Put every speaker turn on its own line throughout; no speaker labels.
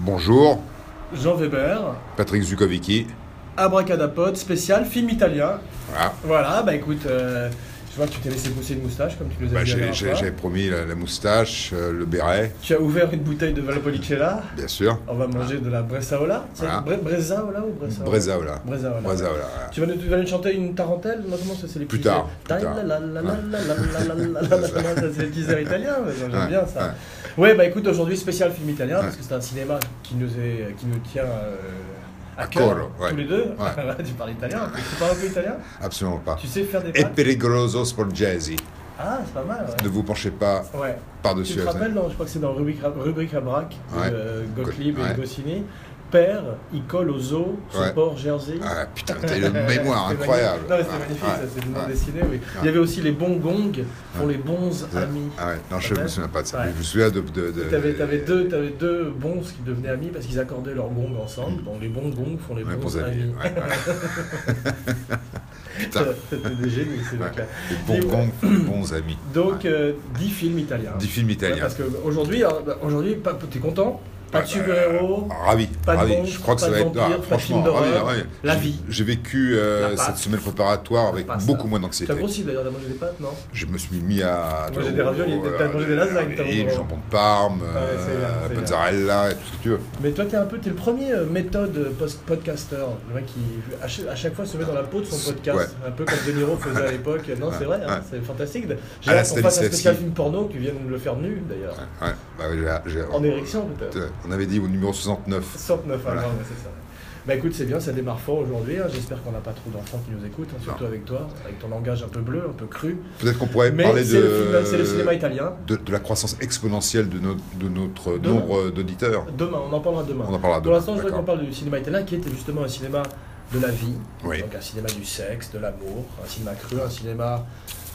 Bonjour,
Jean Weber,
Patrick Zukovicki.
Abracadapod, spécial, film italien.
Voilà.
Voilà, bah écoute, euh, je vois que tu t'es laissé pousser une moustache comme tu nous
Bah,
as dit. la
j'ai-
dernière
j'ai
fois.
j'ai promis la, la moustache, euh, le béret,
Tu as ouvert une bouteille de Valpolicella.
bien sûr.
On va manger de la Bressaola. C'est
Ah. Voilà.
Bre- Brezzaola ou Bressaola
Brezaola.
Brezzaola.
Brezaola. voilà.
Tu vas, nous, tu vas nous chanter une tarentelle Non, comment ça, c'est les
Plus
petits
tard,
airs.
plus tard.
Ça, c'est les petits airs italiens, mais j'aime
Ouais,
bien ça. Ouais, bah écoute, aujourd'hui, spécial film italien, parce que c'est un cinéma qui nous, est, qui nous tient euh, à
À
cœur,
cœur, ouais.
tous les deux.
Ouais.
tu parles italien, tu parles un peu italien
Absolument pas.
Tu sais faire des
Et
pâtes
Perigroso Sporgesi.
Ah, c'est pas mal,
Ne
ouais.
vous penchez pas
Ouais. Tu
par-dessus
te
la
rappelles, non, je crois que c'est dans Rubrique, rubrique à braque de
Ouais.
euh, Gottlieb
Ouais.
et Goscinny. Père, il colle aux os, son
Ouais.
port jersey.
Ah putain, t'as une mémoire
Euh, C'est
incroyable.
magnifique. Non, mais c'était magnifique,
Ah,
ça, c'est du
ouais,
bande
ouais.
dessinée, oui. Il y avait aussi les bons gongs pour les bons
Ah,
amis.
ah ouais, Euh, non, je
Ouais.
me souviens pas de ça.
Ouais.
mais Je me souviens de. de, de-
T'avais, t'avais deux, t'avais deux bons qui devenaient amis parce qu'ils accordaient leurs gongs ensemble. Donc les bons gongs font les
Ouais,
bons
pour
amis.
amis, ouais, ouais. Putain,
C'était des génies, c'est le
Ouais.
cas.
les
Et
bons,
ouais.
bons, bons amis.
Donc, euh, 10 films italiens.
Dix films
Ouais,
italiens.
parce qu'aujourd'hui, aujourd'hui, pas- t'es content Pas de
Ah,
super-héros
bah, Ravi,
pas de
ravi.
monstres,
je crois que
pas
ça
de
va être
vampires,
ah,
pas de
franchement
films d'horreur,
ravi, ravi.
la
J'ai-
vie.
J'ai vécu euh,
La pâte.
cette semaine préparatoire avec
pâte,
beaucoup
ça.
moins
Tu as
d'anxiété.
grossi d'ailleurs, t'as mangé des pâtes, non
Je me suis mis à.
Manger des raviolis,
Oh,
t'as mangé des lasagnes, t'as
raviolis,
mangé.
jambon de Parme,
ouais, c'est bien,
euh,
c'est bien.
mozzarella et tout ce que tu veux.
Mais toi, t'es un peu, t'es le premier euh, méthode post podcaster, le mec qui à chaque, à chaque fois se met dans la peau de son podcast, un peu comme De Niro faisait à l'époque. Non, c'est vrai, hein, c'est fantastique. J'ai
À la
hâte qu'on fasse un
Stanislavski.
spécial film porno, que tu viennes nous le faire nu d'ailleurs,
Ouais, bah, j'ai- j'ai-
en érection peut-être.
On avait dit au numéro 69.
69
Voilà.
avant, ouais, c'est ça. Bah écoute, c'est bien, ça démarre fort aujourd'hui. hein. J'espère qu'on n'a pas trop d'enfants qui nous écoutent, hein, surtout avec toi, avec ton langage un peu bleu, un peu cru.
Peut-être qu'on pourrait
Mais
parler
c'est
de.
le film- c'est le cinéma italien.
De, de la croissance exponentielle de, notre de notre
Demain.
nombre d'auditeurs.
Demain, on en parlera demain.
On en parlera
Pour
demain.
l'instant, je voudrais qu'on
d'accord.
parle du cinéma italien qui était justement un cinéma de la vie,
Oui.
donc un cinéma du sexe, de l'amour, un cinéma cru, un cinéma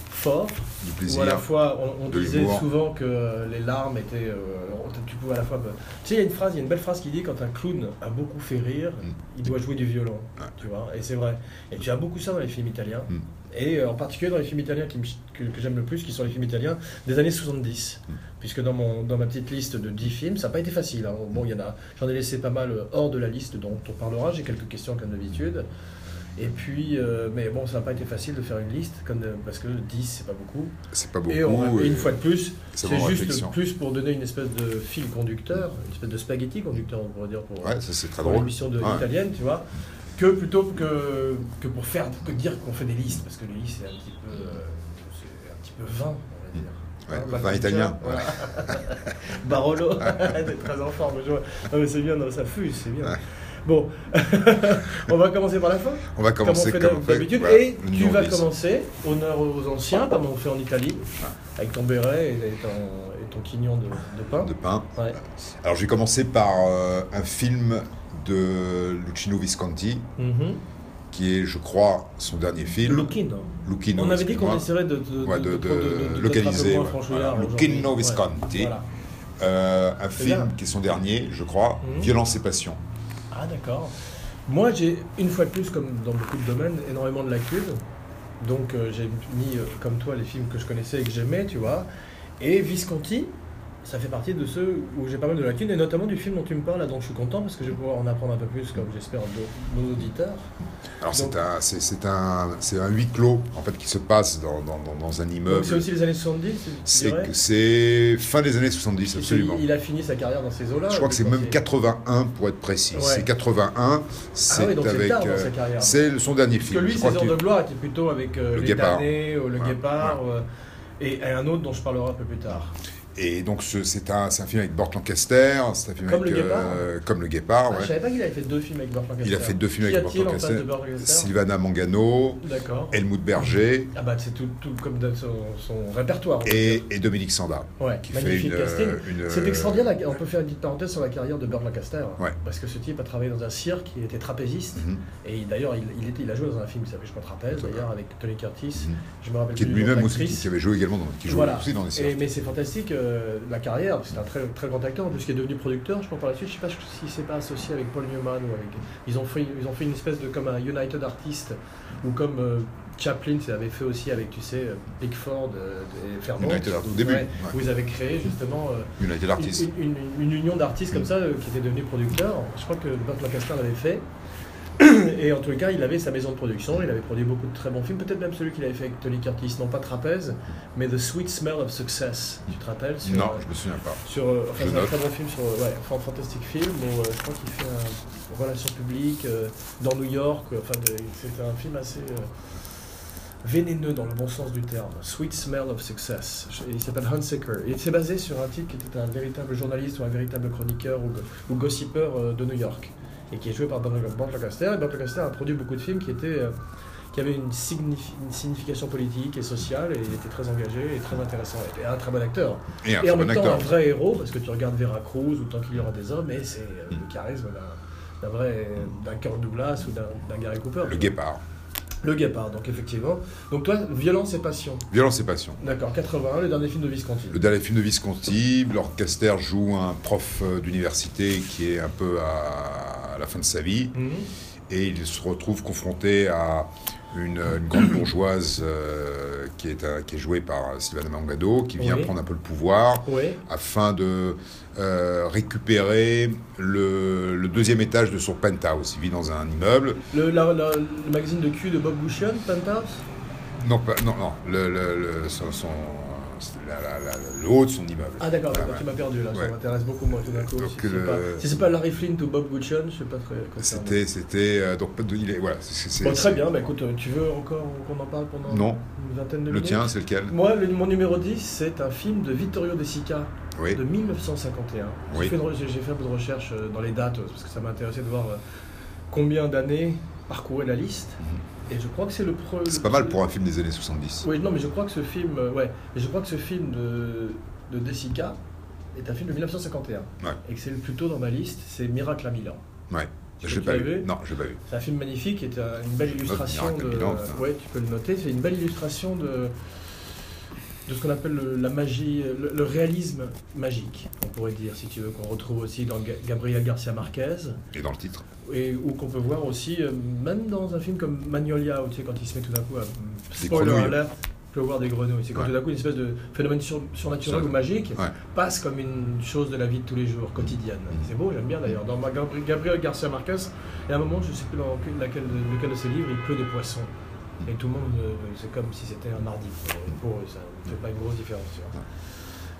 fort,
Du
où à la
plaisir.
fois on, on
de
disait
l'humour.
souvent que euh, les larmes étaient. euh, on- tu pouvais à la fois. Tu sais, il y a une phrase, il y a une belle phrase qui dit quand un clown a beaucoup fait rire,
Mm.
il doit jouer du violon,
Ouais.
tu vois, et c'est vrai. Et tu as beaucoup ça dans les films italiens,
Mm.
et euh, en particulier dans les films italiens qui me ch- que, que j'aime le plus, qui sont les films italiens des années 70
Mm.
puisque dans, mon, dans ma petite liste de 10 films, ça n'a pas été facile. hein. Bon, il y en a, j'en ai laissé pas mal euh, hors de la liste dont on parlera. J'ai quelques questions comme d'habitude. Et puis, euh, mais bon, ça n'a pas été facile de faire une liste comme de- parce que 10, c'est pas beaucoup.
C'est pas beaucoup.
et, on- et
et
une fois de plus,
c'est
c'est
vraiment
juste
réflexion.
plus pour donner une espèce de fil conducteur, une espèce de spaghetti conducteur, on pourrait dire, pour,
Ouais, ça c'est très
pour
drôle.
l'émission de
Ouais.
italienne, tu vois, que plutôt que, que pour faire, que dire qu'on fait des listes, parce que les listes, c'est un petit peu, euh, c'est un petit peu vain, on va dire.
Ouais,
Hein,
vin
Bacocha,
italien,
voilà. Barolo, t'es très en forme, je vois. Non, mais c'est bien, non, ça fuse, c'est bien.
Ouais.
Bon, on va commencer par la fin,
On va
comme on
commencer
fait
comme on fait.
d'habitude.
Voilà,
et
le
tu
numéro
vas
10.
commencer, honneur aux anciens, comme on fait en Italie,
Ouais.
avec ton béret et ton, et ton quignon de, de pain.
De pain.
Ouais.
Alors, je vais commencer par euh, un film de Lucino Visconti,
Mhm.
qui est, je crois, son dernier film.
Lucchino.
Lucchino,
On avait dit qu'on
excuse-moi.
essaierait de, de,
Ouais,
de-
de-
de- de- de- de- de-
localiser,
d'être un peu moins
ouais.
franchouillard
Voilà.
aujourd'hui.
Lucchino Visconti.
Ouais, voilà.
Euh, un
C'est
film
bien.
qui est son dernier, je crois,
Mhm.
Violence et Passion.
Ah d'accord. Moi j'ai une fois de plus comme dans beaucoup de domaines énormément de lacunes. Donc euh, j'ai mis euh, comme toi les films que je connaissais et que j'aimais, tu vois. Et Visconti, ça fait partie de ceux où j'ai pas mal de lacunes et notamment du film dont tu me parles, là, donc je suis content parce que je vais pouvoir en apprendre un peu plus comme j'espère de nos auditeurs.
Alors,
Donc-
c'est un, c'est, c'est un, c'est un huis clos, en fait, qui se passe dans, dans, dans- dans un
Donc
immeuble.
c'est aussi les années 70,
C'est-
c'est vrai.
c'est fin des années 70, absolument.
Il a fini sa carrière dans ces eaux-là.
Je crois que c'est même
4
81 pour être précis.
Ouais. Ah
C'est 81. C'est
oui, donc c'est
avec.
tard dans
euh,
sa carrière.
c'est son dernier
Parce que
film.
lui,
je
ses
crois
heures
qu'il-
de gloire étaient plutôt avec euh,
Le
les
Guépard.
damnés, euh, le
Ouais,
guépard, euh, et, et un autre dont je parlerai un peu plus tard.
Et donc ce- c'est un, c'est un film avec Burt Lancaster, c'est un film
Comme
avec, euh,
Le Guépard.
comme le guépard.
Ah,
ouais.
je savais pas qu'il avait fait deux films avec Burt Lancaster.
Il a fait deux films
Qu'y
avec Burt
a-t-il en face
Lancaster,
de Burt Lancaster
Sylvana Mangano,
D'accord.
Helmut Berger
Ah bah c'est tout, tout comme dans son, son répertoire. on peut
et,
dire.
et Dominique Sanda.
ouais,
qui fait
magnifique
une,
casting.
euh, une,
c'est
euh,
extraordinaire. la- On peut faire une petite parenthèse sur la carrière de Burt Lancaster.
Ouais.
Parce que ce type a travaillé dans un cirque, il était trapéziste.
Mhm.
Et il- d'ailleurs, il, il, était- il a joué dans un film qui s'appelait Je crois Trapèze, d'ailleurs, avec Tony Curtis.
Mhm.
Je me rappelle
Qui est
plus du nom de
lui-même aussi,
l'actrice.
qui avait joué également dans, qui jouait
Voilà.
aussi dans les
Et-
séries.
mais c'est fantastique. euh, euh, la carrière, c'est un très, très grand acteur, en plus qui est devenu producteur, je crois par la suite, je sais pas si c'est pas associé avec Paul Newman ou avec... Ils ont fait, ils ont fait une espèce de comme un United Artist, ou comme euh, Chaplin ça avait fait aussi avec, tu sais, Pickford euh, et Fairbanks.
United Artists, au début.
Ouais,
Ouais.
Où ils avaient créé justement euh,
United Artists.
une, une- une- une union d'artistes comme ça euh, qui était devenue producteur. Je crois que Burt Lancaster l'avait fait. Et en tous les cas, il avait sa maison de production, il avait produit beaucoup de très bons films, peut-être même celui qu'il avait fait avec Tony Curtis, non pas Trapèze, mais The Sweet Smell of Success. Tu te rappelles sur,
Non, je me souviens pas.
sur, euh, enfin,
Je
c'est un
note.
très bon film sur euh, ouais, enfin, un fantastique film où euh, je crois qu'il fait un relation publique euh, dans New York euh, enfin de- c'est un film assez euh, vénéneux dans le bon sens du terme Sweet Smell of Success Je- il s'appelle Hunsaker et c'est basé sur un type qui était un véritable journaliste ou un véritable chroniqueur ou, go- ou gossiper euh, de New York et qui est joué par Burt Burt Lancaster et Burt Lancaster a produit beaucoup de films qui étaient euh, qui avaient une, signifi- une signification politique et sociale, et il était très engagé et très intéressant, et un très bon acteur.
Et un
Et
très
en
bon
même temps, un
acteur.
vrai héros, parce que tu regardes Vera Cruz, autant qu'il y aura des hommes, et c'est euh,
Hmm.
le charisme d'un, d'un vrai, d'un Kirk Douglas ou d'un, d'un Gary Cooper.
Le guépard.
Le guépard, donc effectivement. Donc toi, violence et passion.
Violence et passion.
D'accord, 81, le dernier film de Visconti.
Le dernier film de Visconti, l'orchestre joue un prof euh, d'université qui est un peu à à la fin de sa vie
Mhm.
et il se retrouve confronté à une, une grande bourgeoise euh, qui, est, un- qui est jouée par Sylvana Mangado qui vient
Oui.
prendre un peu le pouvoir
Oui,
afin de euh, récupérer le, le deuxième étage de son penthouse. Il vit dans un immeuble.
le, la- la- le magazine de cul de Bob Guccione, Penthouse
Non, pas- non, non, le, le- le- son- son- la- la- la- le haut de son immeuble.
Ah d'accord,
Ah,
d'accord,
ouais.
tu m'as perdu là, ça
Ouais.
m'intéresse beaucoup moins tout d'un coup.
Donc,
si, c'est
euh,
pas, si c'est pas Larry Flint ou Bob Guccione, je sais pas très... concerné.
C'était, c'était, euh, donc, il est, voilà. c'est- c'est-
Bon, très
c'est-
bien, bah écoute, euh, tu veux encore qu'on en parle pendant
Non.
une vingtaine de
Le
minutes
tien, c'est lequel
Moi, le- mon numéro 10, c'est un film de Vittorio De Sica
Oui.
de 1951. J'ai
Oui.
fait une re- J'ai j'ai fait un peu de recherche euh, dans les dates euh, parce que ça m'intéressait de voir euh, combien d'années parcourait la liste. Et je crois que c'est le premier.
Mhm. C'est pas mal pour un film des années 70.
Oui, non, mais je crois que ce film, euh, ouais, mais je crois que ce film de de De Sica est un film de 1951
Ouais.
et que c'est le plus tôt dans ma liste, c'est Miracle à Milan.
Ouais.
Tu
Je l'ai
l'as
pas
vu
vu. Non, je l'ai pas vu.
C'est un film magnifique, qui est un- une belle illustration
Miracle
de.
à Milan, putain.
ouais, tu peux le noter. C'est une belle illustration de de ce qu'on appelle le- la magie, le, le réalisme magique, on pourrait dire, si tu veux, qu'on retrouve aussi dans Ga- Gabriel Garcia Marquez,
Et dans le titre.
et ou qu'on peut voir aussi, euh, même dans un film comme Magnolia, où, tu sais, quand il se met tout d'un coup à...
grenouilles.
alert, il peut voir des grenouilles. C'est quand
Ouais.
tout d'un coup, une espèce de phénomène sur- surnaturel
Sur-
ou magique
Ouais. Mm.
passe comme une chose de la vie de tous les jours, quotidienne. C'est beau, j'aime bien d'ailleurs. Dans ma- Gabri- Gabriel Garcia Marquez, il y a un moment, je ne sais plus dans quel- laquelle, lequel de ses livres, il pleut des poissons. Et tout le monde, euh, c'est comme si c'était un mardi pour, pour eux, ça ne fait pas une grosse différence. tu vois.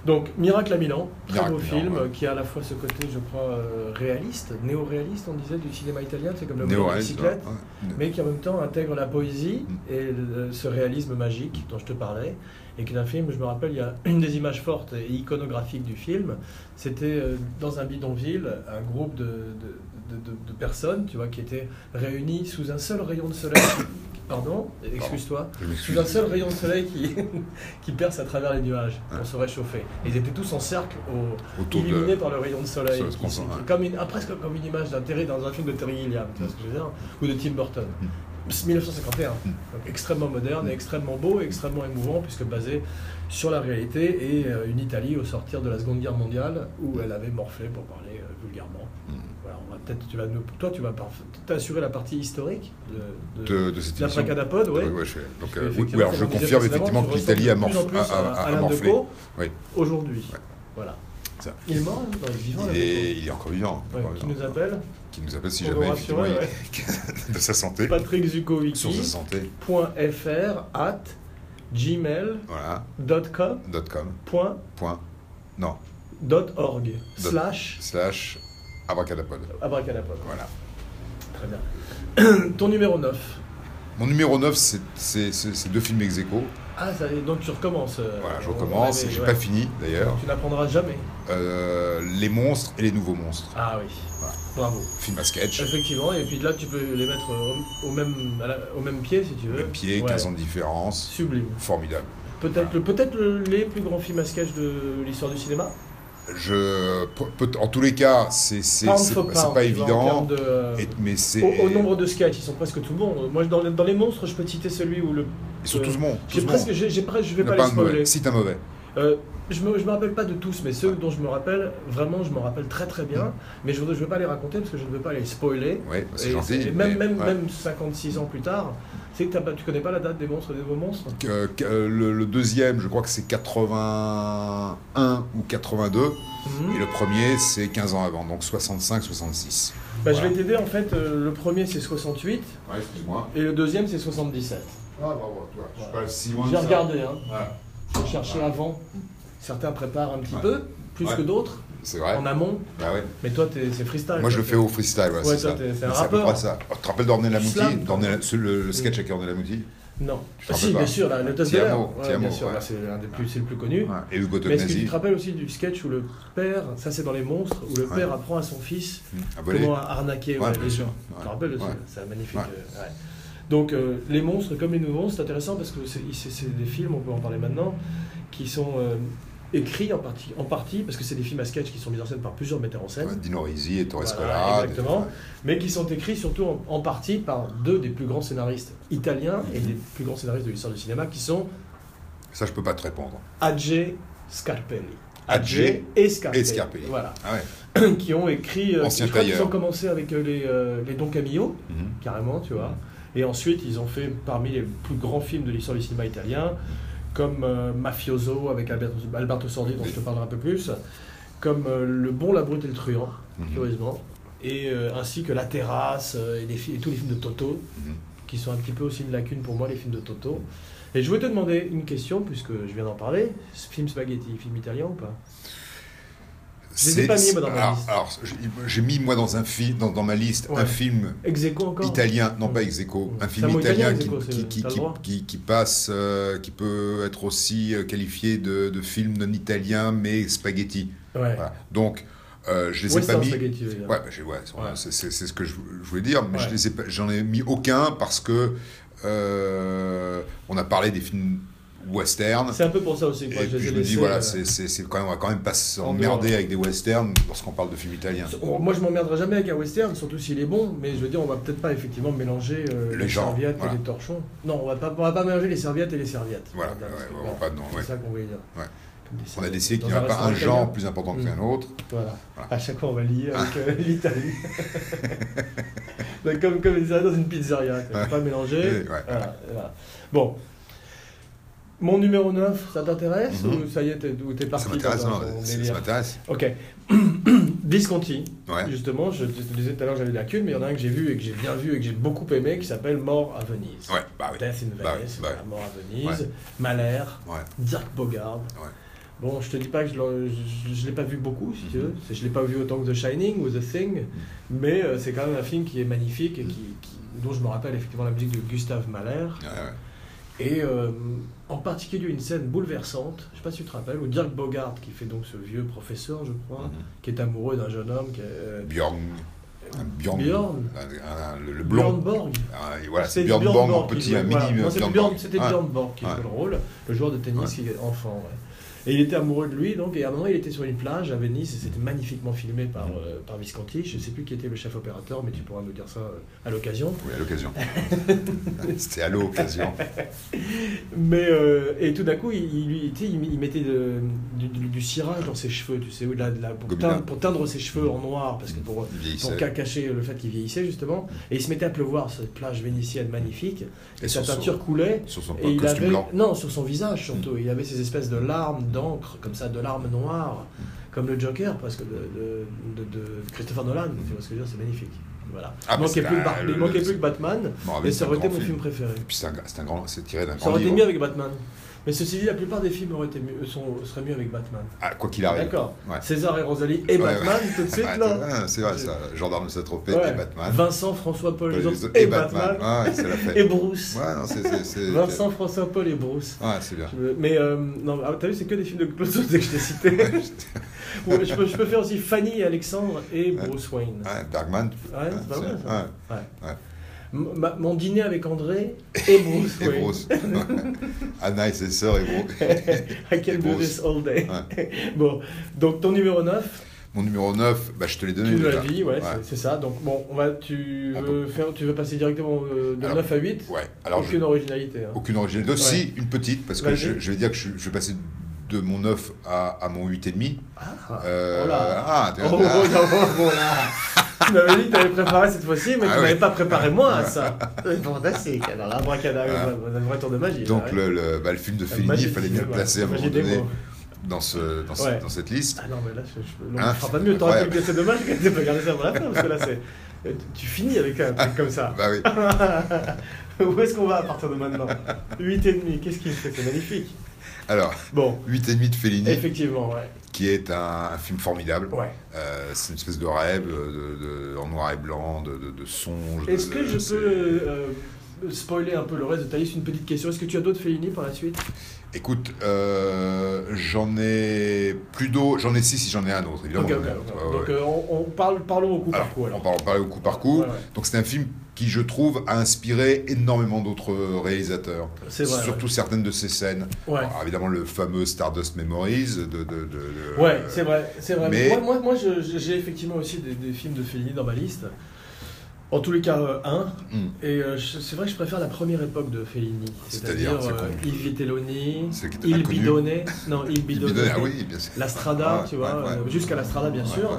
Donc, Miracle à Milan, très
Miracle
beau
à Milan,
film,
ouais.
euh, qui a à la fois ce côté, je crois, euh, réaliste, néo-réaliste, on disait, du cinéma italien, c'est comme le mot de la
Néo-réaliste.
bicyclette
ouais.
mais qui en même temps intègre la poésie et le- ce réalisme magique dont je te parlais, et qui est un film, je me rappelle, il y a une des images fortes et iconographiques du film, c'était euh, dans un bidonville, un groupe de, de- de- de- de personnes, tu vois, qui étaient réunies sous un seul rayon de soleil, pardon, excuse-toi,
Je
sous
m'excuse.
un seul rayon de soleil qui, qui perce à travers les nuages pour se réchauffer. Et ils étaient tous en cercle au,
Autour de.
illuminé par le rayon de soleil,
Soleil
qui-
constant,
qui-
ouais.
comme une, ah, presque comme une image d'intérêt dans un film de Terry Gilliam, tu vois ce que je veux dire, ou de Tim Burton.
Mm.
C'est 1951, donc extrêmement moderne, et extrêmement beau, et extrêmement émouvant, puisque basé sur la réalité et euh, une Italie au sortir de la Seconde Guerre mondiale où elle avait morflé, pour parler euh, vulgairement.
Mm.
Voilà, on va peut-être, tu vas nous- toi, tu vas par- t'assurer la partie historique de, de,
De, de cette
de la
émission.
Fracadapod, ouais.
Ouais, ouais, je fais- Donc, euh, oui,
Effectivement,
oui, alors
comme
je
on
confirme
disait précédemment,
effectivement
tu
que l'Italie a,
ressembles de
morf-
plus en plus
a- a- a
Alain
morflé.
Decaux
Oui.
Aujourd'hui.
Ouais.
Voilà.
Ça.
Il est mort, hein Non, il est
Il
vivant. Alain Decaux.
est, il est encore vivant.
Ouais,
encore
qui
vivant.
nous appelle
Qui nous appelle si
Pour
jamais
nous
effectivement,
rassurer,
il- de sa santé,
Patrick
sur sa santé,
at gmail.com
voilà, dot com,
point
point, non,
dot org slash
slash abracadapod,
abracadabra.
voilà.
Très bien. Ton numéro 9.
Mon numéro 9, c'est- c'est c'est- c'est deux films ex aequo.
Ah, ça, y est, donc tu recommences. euh,
Voilà, je
on- on
recommence,
avait-
j'ai
ouais.
pas fini hein. d'ailleurs.
Tu n'apprendras jamais.
Euh, les monstres et les nouveaux monstres.
Ah oui.
Voilà.
Bravo.
Film à
Euh,
sketch,
Effectivement, et puis là tu peux les mettre euh, au, au même, à la- au même pied si tu veux.
le pied,
Ouais.
15 ans de différence,
Sublime.
formidable.
Peut-être le, peut-être le- les plus grands films à sketch de l'histoire du cinéma.
Je, pe- peut- en tous les cas, c'est c'est-
Pound
c'est
for
pas-
pound,
c'est pas
tu vois, en termes
évident,
de, euh,
et- mais c'est.
Au, au nombre de sketchs, ils sont presque tout bons. Moi, dans, les- dans les monstres, je peux citer celui où le.
Ils sont
euh,
tous bons, tous
J'ai
bons.
presque, j'ai, j'ai presque, je vais
Il n'y en
pas
a
les
pas un mauvais.
spoiler.
Si t'es un mauvais.
Euh, je ne me, je me rappelle pas de tous, mais ceux dont je me rappelle, vraiment, je m'en rappelle très très bien. Mais je ne veux pas les raconter parce que je ne veux pas les spoiler.
Ouais, Bah, c'est
Et
gentil.
c'est- même,
mais-
même,
ouais.
même 56 ans plus tard, c'est que t'as pas- tu connais pas la date des monstres et des nouveaux monstres
Euh, qu- euh, le, le deuxième, je crois que c'est 81 ou 82.
Mhm.
Et le premier, c'est 15 ans avant, donc 65-66.
Bah,
Voilà.
Je vais t'aider en fait. euh, le premier c'est 68
Ouais, excuse-moi.
et le deuxième c'est 77.
Ah, bravo, toi.
Je suis
pas si loin
J'ai regardé, hein.
Ouais,
J'ai cherché avant. Certains préparent un petit
Ouais.
peu, plus
Ouais.
que d'autres,
c'est vrai.
en amont.
Bah ouais.
Mais toi, t'es- c'est freestyle.
Moi, je le
quoi.
fais au freestyle, ouais,
Ouais,
c'est ça.
toi, t'es- c'est un
Mais à peu
rappeur.
près ça. Oh, tu te rappelles d'Ornella Mouti
Slam.
D'Ornella- ce- le, le sketch avec Ornella Mouti
Non.
Tu te
Ah,
rappelles
si, bien
pas
sûr, là, le test de
Tiamo,
l'air. Ouais,
Tiamo,
bien sûr,
ouais.
là, c'est un des plus, c'est le plus connu.
Et Hugo
Mais est-ce que tu
Tognazzi.
te rappelles aussi du sketch où le père, ça c'est dans les monstres, où le
Ouais.
père apprend à son fils
Ah, volé.
Comment arnaquer,
Ouais,
ouais,
bien
bien
sûr.
Tu te
Ouais.
rappelles de ça
Ouais.
C'est un magnifique.
Ouais.
euh, ouais. Donc, euh, les monstres comme les nouveaux monstres, c'est intéressant parce que c'est c'est- c'est des films, on peut en parler maintenant, qui sont euh, écrits en partie, en partie, parce que c'est des films à sketch qui sont mis en scène par plusieurs metteurs en scène,
Ouais, Dino Risi et Torres
Voilà,
Collat.
exactement. mais qui sont écrits surtout en, en partie par deux des plus grands scénaristes italiens et des plus grands scénaristes de l'histoire du cinéma, qui sont
Ça, je peux pas te répondre.
Adje Scarpelli.
Adje
et Scarpelli.
et Scarpelli.
Voilà.
Ah ouais.
qui ont écrit. euh,
Ancien
je crois qu'ils
tailleur.
ont commencé avec euh, les, euh, les Don Camillo. carrément, tu vois. Et ensuite, ils ont fait parmi les plus grands films de l'histoire du cinéma italien, comme euh, Mafioso avec Alberto, Alberto Sordi, dont je te parlerai un peu plus, comme euh, Le Bon, la Brute et le Truand,
Mhm.
curieusement, et euh, ainsi que La Terrasse euh, et, des fi- et tous les films de Toto,
Mhm.
qui sont un petit peu aussi une lacune pour moi, les films de Toto. Et je voulais te demander une question, puisque je viens d'en parler. Ce Film spaghetti, film italien ou pas Je les ai
C'est-
pas mis, moi, dans ma
alors,
liste.
alors, j'ai- j'ai mis, moi, dans, un film, dans, dans ma liste,
Ouais.
un film
Ex aequo encore
italien, non
Mm.
pas ex aequo,
Mm.
un
C'est
film
un mot italien,
italien
ex
qui,
aequo, c'est-
qui, qui,
t'as le
qui,
droit.
qui- qui passe, euh, qui peut être aussi euh, qualifié de, de film non italien mais spaghetti.
Ouais.
Voilà. Donc, euh, je les ai pas
Western
mis.
spaghetti, je veux dire.
Ouais, bah, j'ai- ouais, c'est-
Ouais.
c'est- c'est c'est ce que je, je voulais dire, mais
Ouais.
je les ai pas- j'en ai, mis aucun parce que euh, on a parlé des films western.
C'est un peu pour ça aussi que moi
Et
je les
puis
ai
je me dis,
laissés,
voilà,
euh,
c'est c'est- c'est quand même, on va quand même pas
dehors.
s'emmerder avec des westerns lorsqu'on parle de films italiens.
On- Moi, je m'emmerderai jamais avec un western, surtout s'il est bon, mais je veux dire, on va peut-être pas effectivement mélanger euh,
Les
les,
genres,
serviettes
voilà.
et les torchons. Non, on va pas, on va pas mélanger les serviettes et les serviettes.
Voilà,
On va
ouais,
dire, parce que,
ouais, on va
voilà,
pas dedans,
C'est
ouais.
ça qu'on voulait dire.
Ouais.
Comme des
On a
serviettes.
décidé qu'il n'y
Dans
avait pas un
restaurant
genre plus important
Mm.
qu'un autre.
italien, Voilà.
Voilà. Ah.
À chaque fois, on va lier avec euh, l'Italie. Donc, comme, comme ils arrivent dans une pizzeria, tu vois,
Ouais.
pas mélanger.
Ouais, ouais.
Voilà, voilà. Bon. Mon numéro 9, ça t'intéresse
Mhm.
Ou ça y est, t'es, ou t'es parti
Ça m'intéresse, non,
dans ton
ça- ça
délire
m'intéresse.
Ok. Visconti.
Ouais.
Justement, je te te disais tout à l'heure que j'avais des lacunes, mais il y en a un que j'ai vu et que j'ai bien vu et que j'ai beaucoup aimé qui s'appelle Mort à Venise.
Ouais, bah oui.
Death in
Bah
Venice,
oui, bah
voilà,
oui.
Mort à Venise, Mahler,
Ouais.
Dirk Bogard.
Ouais.
Bon, je te dis pas que je l'en- je je l'ai pas vu beaucoup, si tu
Mhm.
veux. C'est- Je l'ai pas vu autant que The Shining ou The Thing, mais euh, c'est quand même un film qui est magnifique et qui, qui- dont je me rappelle effectivement la musique de Gustave Mahler.
Ouais, ouais.
Et euh, en particulier une scène bouleversante, je sais pas si tu te rappelles, où Dirk Bogard, qui fait donc ce vieux professeur, je crois,
Mhm.
qui est amoureux d'un jeune homme qui est... euh,
Bjorn. un Bjorn.
Bjorn.
un- un- un- le, le
Bjorn
blond.
Borg.
Ah, et voilà, c'est
C'est
Bjorn,
Björn
Borg en
Borg qui
petit,
jouait,
un
voilà.
mini.
Non,
euh,
C'était
Björn
Bjorn,
Borg.
c'était
Ouais.
Björn Borg qui
Ouais.
jouait le rôle, le joueur de tennis
Ouais.
qui est enfant. ouais. Et il était amoureux de lui, donc, et à un moment, il était sur une plage à Venise, et c'était magnifiquement filmé par, euh, par Visconti. Je sais plus qui était le chef opérateur, mais tu pourras nous dire ça euh, à l'occasion.
Oui, à l'occasion. c'était à l'occasion.
Mais euh, et tout d'un coup, il, il, lui- tu sais, il- il mettait de- du, du- du cirage dans ses cheveux, tu sais, ou de la- de la- pour,
Gobelin.
teindre, pour teindre ses cheveux en noir, parce que pour,
Il
pour
vieillissait.
ca- cacher le fait qu'il vieillissait justement. Et il se mettait à pleuvoir sur cette plage vénitienne magnifique. Et,
Et
sa
sur son-
peinture coulait.
Sur son
Et il
costume
avait
blanc. Mm.
non sur son visage surtout. Il avait ces espèces de larmes d'encre comme ça, de larmes noires, comme le Joker, parce que de, de- de- de Christopher Nolan. Tu vois ce que je veux dire C'est magnifique. Voilà.
Mm. Ah,
il
mais
manquait,
c'est
plus, de
un-
Bat- il
le-
manquait
le-
plus que Batman,
Bon,
mais
avec
ça
un
aurait été
grand
mon film
film.
préféré.
Puis c'est un, c'est un grand, c'est tiré d'un
Ça
grand
aurait été
livre.
mieux avec Batman. Mais ceci dit, la plupart des films auraient été mieux, euh, sont, seraient mieux avec Batman.
Ah, quoi qu'il arrive.
D'accord.
Ouais.
César et Rosalie et
Ouais,
Batman tout de
Ah,
suite
bah,
là.
ah, c'est vrai, ça. Gendarme de Saint-Tropez
Ouais.
et Batman.
Vincent, François Paul les autres,
Et,
et
Batman.
Batman,
Ouais, c'est la fête.
et Bruce.
Ouais, non, c'est- c'est- c'est-
Vincent, François Paul et Bruce.
Ouais, c'est bien.
Je me- Mais euh, non, ah, t'as vu, c'est que des films de Claude Sauté que je t'ai cité. Bon, je, peux, je peux faire aussi Fanny et Alexandre et
Ouais.
Bruce Wayne. Ah
Ouais, Bergman. tu peux-
Ouais, c'est pas mal, ça.
ouais.
M- ma- mon dîner avec André et Bruce
Et
Wayne.
Bruce. Anna et ses sœurs et Bruce.
I can
Et
do
Bruce.
this all day. Bon, donc ton numéro 9,
Mon numéro 9, bah, je te l'ai donné
Tu nous
déjà.
l'as dit, ouais,
Ouais.
c'est- c'est ça. Donc bon, on va, tu,
On peut-
veux faire, tu veux passer directement euh, de
Alors,
9 à 8
Ouais, alors je-
Aucune
aucune,
originalité. hein.
originalité.
Ouais.
Si, une petite, parce que
Vas-y.
je, je vais dire que je, je vais passer de mon 9 à, à mon 8,5.
Ah,
Euh,
oh là.
ah,
Oh,
ah,
oh, non, oh, bon, là. Tu m'avais dit que tu avais préparé cette fois-ci, mais
Ah
tu m'avais
ouais.
pas préparé moi à ça. C'est fantastique. Alors, là, moi, un vrai tour de magie.
Donc
là, ouais.
le, le- bah, le film de
La
Fellini,
magie
il fallait
du
bien le
cinéma.
placer à un
La
moment
magie des
donné
mots.
dans, ce, dans, ce-
Ouais.
dans cette liste.
Ah non, mais là, je, je, on
Hein,
ne fera pas
c'est
mieux. T'aurais
incroyable.
pu que c'est dommage que tu pas gardé ça pour la fin, parce que là, c'est. euh, tu- Tu finis avec un truc comme ça.
Bah oui.
Où est-ce qu'on va à partir de maintenant 8,5, qu'est-ce qu'il fait C'est magnifique.
Alors,
Bon,
8,5 de Fellini,
effectivement, ouais.
qui est un, un film formidable.
Ouais.
Euh, c'est une espèce de rêve euh, de- de- en noir et blanc, de, de, de songe. de-
Est-ce que
de-
je
c'est-
peux euh, spoiler un peu le reste de ta liste Une petite question. Est-ce que tu as d'autres Fellini par la suite
Écoute, euh, j'en ai plus d'eau. J'en ai six si j'en ai un autre, évidemment.
Ok, ok,
j'en ai un
ok.
autre. Ouais,
Donc
ouais.
euh, on, on parle, parlons au coup
Alors,
par coup
on
alors.
va en parler au coup par coup.
Ouais, ouais.
Donc c'est un film qui, je trouve, a inspiré énormément d'autres euh, réalisateurs.
C'est vrai.
Surtout Euh, certaines de ses scènes.
Ouais, ouais.
Alors, évidemment, le fameux Stardust Memories de. de, de- de-
Ouais,
euh,
c'est vrai, c'est vrai.
mais-
Moi, moi, moi, je- je- j'ai effectivement aussi des, des films de Fellini dans ma liste. En tous les cas, euh, un.
hmm,
Et euh, je- c'est vrai que je préfère la première époque de Fellini.
C'est-à-dire,
C'est-à-dire
c'est
euh,
quoi
Yves Vitelloni,
Celle qui était
Il
inconnue.
Bidonnet. Non, Il
Il
Bidonnet.
bidonnait, ah oui, bien sûr.
La Strada,
Ouais,
tu vois,
ouais, ouais.
euh, jusqu'à la Strada, bien
Ouais,
sûr.
ouais.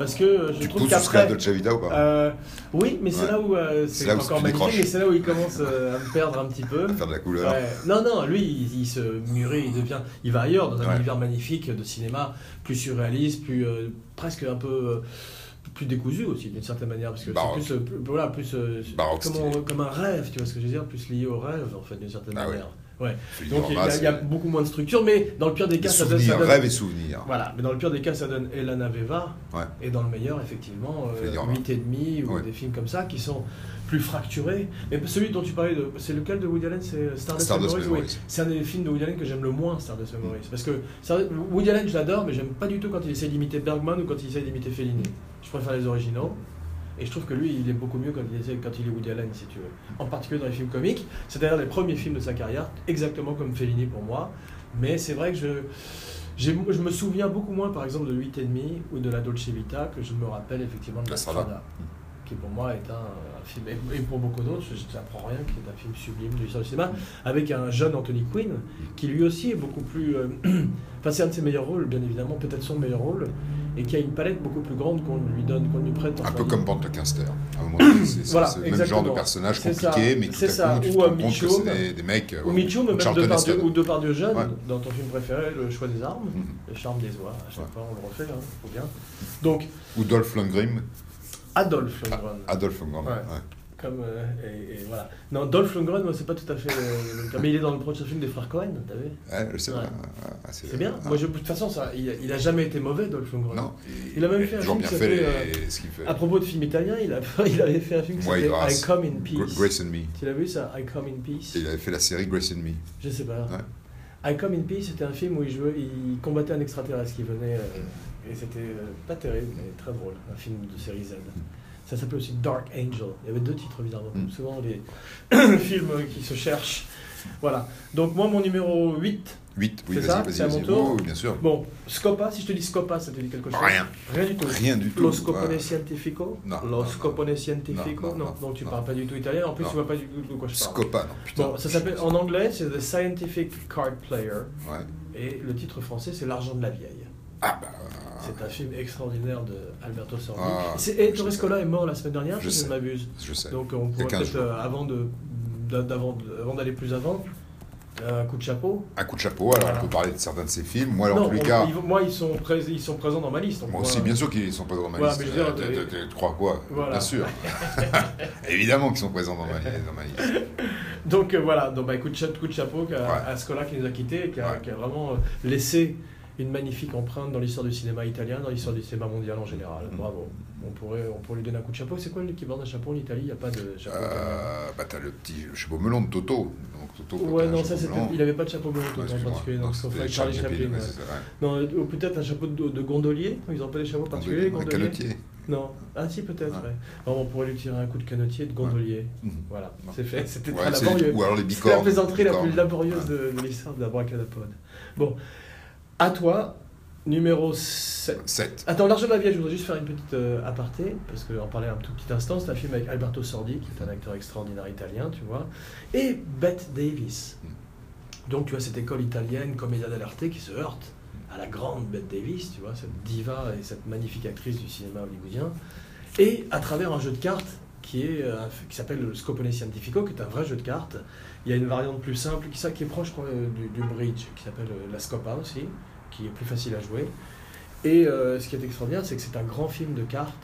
Parce que euh, je
Tu
trouve
pousses jusqu'à
qu'après.
Dolce Vita ou pas
Euh, oui, mais c'est
Ouais.
là où euh,
C'est
c'est
là où
encore
tu
magnifique,
décroches.
mais c'est là où il commence euh, à me perdre un petit peu.
À Faire de la couleur.
Ouais. Non, non, lui, il, il se mûrit, il devient, il va ailleurs dans un
Ouais.
univers magnifique de cinéma, plus surréaliste, plus euh, presque un peu euh, plus décousu aussi d'une certaine manière, parce que
Baroque.
c'est plus, euh, plus- voilà, plus euh,
Baroque
comme,
stylé.
on- comme un rêve, tu vois ce que je veux dire, plus lié au rêve en fait d'une certaine
Ah ouais.
manière. Ouais.
Fellini
Donc il y, a-
Roma,
il y a
c'est-
beaucoup moins de structure, mais dans le pire des cas, ça donne, ça
souvenirs,
donne-
rêves et souvenirs.
voilà, mais dans le pire des cas, ça donne Elana Veva.
Ouais.
Et dans le meilleur, effectivement,
Faut dire,
8 et demi ou
Ouais.
des films comme ça qui sont plus fracturés. Mais celui dont tu parlais, de, c'est lequel de Woody Allen C'est Stardust,
Stardust
Memories.
Memories.
oui. C'est un des films de Woody Allen que j'aime le moins, Stardust Memories. Parce que Star- Woody Allen, je l'adore, mais j'aime pas du tout quand il essaie d'imiter Bergman ou quand il essaie d'imiter Fellini. Je préfère les originaux. Et je trouve que lui, il est beaucoup mieux quand il, essaie- quand il est Woody Allen, si tu veux. En particulier dans les films comiques. C'est d'ailleurs les premiers films de sa carrière, exactement comme Fellini pour moi. Mais c'est vrai que je, j'ai- je me souviens beaucoup moins, par exemple, de 8,5 ou de la Dolce Vita que je me rappelle effectivement de
La
la
Strada.
Strada, qui pour moi est un, un film, et- et pour beaucoup d'autres, je je n'apprends rien, qui est un film sublime de l'histoire du cinéma, avec un jeune Anthony Quinn, qui lui aussi est beaucoup plus. euh, Enfin, c'est un de ses meilleurs rôles, bien évidemment, peut-être son meilleur rôle, et qui a une palette beaucoup plus grande qu'on lui donne, qu'on lui prête.
Un
enfin,
peu
il-
comme Pantlecaster. À un moment donné, c'est c'est
Voilà,
ce même genre de
exactement.
personnage
C'est ça.
compliqué, mais tout
C'est
à
ça.
coup, tu te
Ou
rends
à
compte que
Mitchum.
c'est des, des mecs. euh,
Ou
ouais,
Mitchum, même
Charlton
Depardieu,
Heston.
ou Depardieu jeune,
Ouais.
dans ton film préféré, Le choix des armes,
Mhm.
Le charme des oies, à chaque
Ouais.
fois on le refait, hein, faut bien. Donc,
Ou Dolph Lundgren.
Adolphe Lundgren.
Adolph Lundgren.
Ouais.
ouais.
Comme, euh, et, et voilà. Non, Dolph Lundgren, moi, c'est pas tout à fait le, le cas. Mais il est dans le prochain film des frères Cohen, t'as vu
Ouais, je sais
Ouais.
pas. Ah, ah,
C'est bien. Moi, je, de toute façon, ça, il, a- il a jamais été mauvais, Dolph Lundgren.
Non,
Il a même fait un
toujours bien
film qui
fait
s'appelait,
les- ce qu'il fait.
À propos de film italien, il, a, il avait fait un film qui
Moi, il
s'appelait
aura-
I Come in
Gra-
Peace.
Grace and Me.
Tu l'as vu ça I Come in Peace
Et il avait fait la série Grace and Me.
Je sais pas. I Come in Peace, c'était un film où il, jouait, il combattait un extraterrestre qui venait. euh, et c'était euh, pas terrible, mais très drôle. Un film de série Z. Ça s'appelait aussi Dark Angel. Il y avait deux titres, évidemment. comme
Mm.
Souvent, les films euh, qui se cherchent. Voilà. Donc, moi, mon numéro 8.
8, oui,
C'est
vas-y,
ça
vas-y,
C'est à
vas-y.
mon tour
Oh, oui, bien sûr.
Bon, Scopa, si je te dis Scopa, ça te dit quelque chose
Rien.
Rien du tout.
Rien du tout.
Lo
ouais.
scopone scientifico
Non, non,
Lo
non.
scopone scientifico
Non,
Non,
non,
non,
non,
tu
non.
parles pas du tout italien. En plus,
Non.
tu vois pas du tout de quoi je parle.
Scopa, non, putain.
Bon, ça s'appelle en anglais, c'est The Scientific Card Player.
Ouais.
Et le titre français, c'est L'argent de la vieille.
Ah bah,
C'est un film extraordinaire de Alberto Sordi.
Ah,
C'est- et
je
Torres
sais.
Cola est mort la semaine dernière,
Je
si je
sais.
ne m'abuse.
je sais.
Donc on pourrait
15
peut-être,
jours.
euh, avant de- d'a- d'avant avant d'aller plus avant, euh, un coup de chapeau.
Un coup de chapeau, alors
Voilà.
on peut parler de certains de ses films. Moi, alors,
non,
en tous les
on-
cas,
ils vont- moi, ils sont, prés- ils sont présents dans ma liste. on
moi
pourra-
aussi, bien sûr qu'ils sont présents dans ma
Voilà,
liste.
mais je veux dire,
Euh,
euh,
tu- tu- tu crois quoi
Voilà.
Bien sûr. Évidemment qu'ils sont présents dans ma, dans ma liste.
Donc euh, voilà, donc, bah, coup, de cha- coup de chapeau à,
Ouais.
à Scola qui nous a quittés et qui a,
Ouais.
qui a vraiment euh, laissé une magnifique empreinte dans l'histoire du cinéma italien, dans l'histoire du cinéma mondial en général.
Mhm.
Bravo. On pourrait, on pourrait lui donner un coup de chapeau. C'est quoi l'équivalent d'un chapeau en Italie Il n'y a pas de chapeau.
Euh, bah, t'as le petit chapeau melon de Toto. Donc, Toto portait
Ouais,
un
non, ça
chapeau
c'était.
melon.
Il n'avait pas de chapeau blanc
Ah,
tout le temps,
excuse-moi.
particulier,
Non,
donc sauf
c'était
avec Charlie Chaplin.
ouais,
ouais.
c'est ça, ouais.
Non, euh, ou peut-être un chapeau de, de gondolier, ils ont pas des chapeaux particuliers, les
Un
gondoliers
calotier.
Non, ah si, peut-être,
Ouais.
ouais. Non, on pourrait lui tirer un coup de canotier, de gondolier.
Mhm.
Voilà,
Ouais.
c'est fait, c'était
Ouais,
très
c'est-
laborieux.
Ou alors les
C'est
bicornes.
la plaisanterie la
bicornes.
plus laborieuse de, de l'histoire d'Abracadapod. Bon, à toi, numéro 7.
7.
Attends, L'argent de la vieille, je voudrais juste faire une petite euh, aparté, parce qu'on parlait un tout petit instant, c'est un film avec Alberto Sordi, qui est un acteur extraordinaire italien, tu vois, et Bette Davis, Donc tu as cette école italienne, Commedia dell'arte, qui se heurte à la grande Bette Davis, tu vois, cette diva et cette magnifique actrice du cinéma hollywoodien, et à travers un jeu de cartes qui est euh, qui s'appelle le Scopone Scientifico, qui est un vrai jeu de cartes. Il y a une variante plus simple qui, ça, qui est proche je crois, euh, du, du bridge, qui s'appelle euh, la Scopa aussi, qui est plus facile à jouer. Et euh, ce qui est extraordinaire, c'est que c'est un grand film de cartes,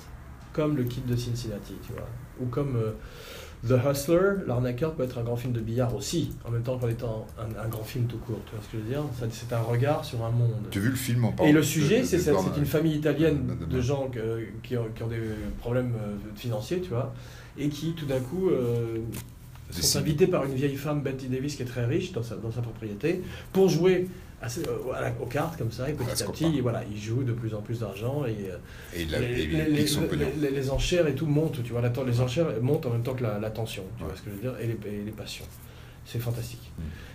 comme le Kid de Cincinnati, tu vois, ou comme euh, The Hustler, l'arnaqueur peut être un grand film de billard aussi, en même temps qu'en étant un, un grand film tout court. Tu vois ce que je veux dire Ça, C'est un regard sur un monde.
Tu as vu le film en parlant
Et le
de-
sujet,
de-
c'est
de
ça,
Born-
c'est une famille italienne
de- de-
de gens que- qui, ont, qui ont des problèmes euh, financiers, tu vois, et qui tout d'un coup euh, sont
Décide.
invités par une vieille femme, Betty Davis, qui est très riche dans sa, dans sa propriété, pour jouer à ce- euh, à la- aux cartes comme ça, et
À
petit
ce
à
copain.
petit, et voilà, ils jouent de plus en plus d'argent, et euh,
Et il a-
les,
et il
les-
pique son
les-
pognon.
les- les enchères et tout monte, tu vois, la, les enchères montent en même temps que la, la tension, tu vois
Ouais. Mm.
ce que je veux dire, et les, et les passions. C'est fantastique.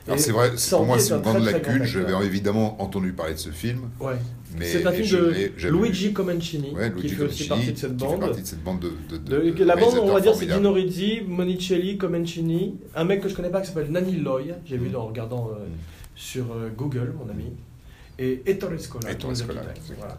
Alors
Et
c'est vrai, c'est- pour moi
Sordi
c'est
est
une
un très,
grande
très grand
lacune.
acteur.
J'avais évidemment entendu parler de ce film,
Ouais.
mais
C'est un
mais
film
je
de
l'ai jamais vu.
Luigi Comencini,
Ouais, Luigi
qui fait
Comici,
aussi partie de cette
qui fait
bande.
partie de cette bande de, de- de-
De-
de
la bande, on va
réalisateurs
dire, c'est
formidables.
Dino Rizzi, Monicelli, Comencini, un mec que je connais pas qui s'appelle Nani Loy, j'ai vu
Mm.
en regardant euh,
Mm.
sur euh, Google, mon ami, et Ettore Scola.
Et
qui nous a
Torrescola,
quittés.
exactement.
Voilà.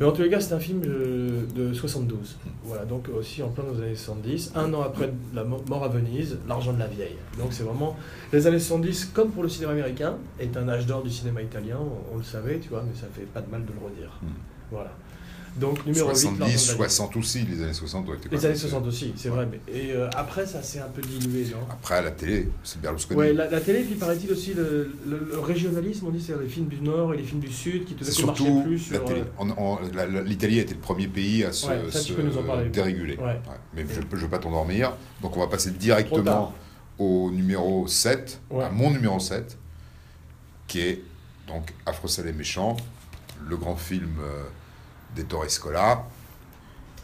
Mais en tous les cas, c'est un film euh, de 72,
Mm.
voilà, donc aussi en plein dans les années 70, un an après la mo- mort à Venise, l'argent de la vieille. Donc c'est vraiment, les années 70, comme pour le cinéma américain, est un âge d'or du cinéma italien, on, on le savait, tu vois, mais ça fait pas de mal de le redire.
Mm.
Voilà. Donc numéro 8,
70,
l'argent de la vieille.
60 aussi, les années 60 ont été quand
Les
même-
années 60 aussi, c'est vrai. Mais, et euh, après, ça s'est un peu dilué, non
Après, à la télé, c'est Berlusconi.
Ouais, la, la télé, puis paraît-il aussi le, le- le régionalisme, on dit, c'est les films du Nord et les films du Sud qui te
C'est
coup, marchaient
surtout
plus
la
sur.
télé.
euh,
En- en- la- la- L'Italie a été le premier pays à se,
Ouais, ça, tu
se
peux nous en parler.
déréguler.
Ouais.
Mais je ne veux pas t'endormir. Donc on va passer
Trop tard.
directement au numéro 7,
Ouais.
à mon numéro 7, qui est donc Afro Sale et Méchant, le grand film euh, des Torres Scola,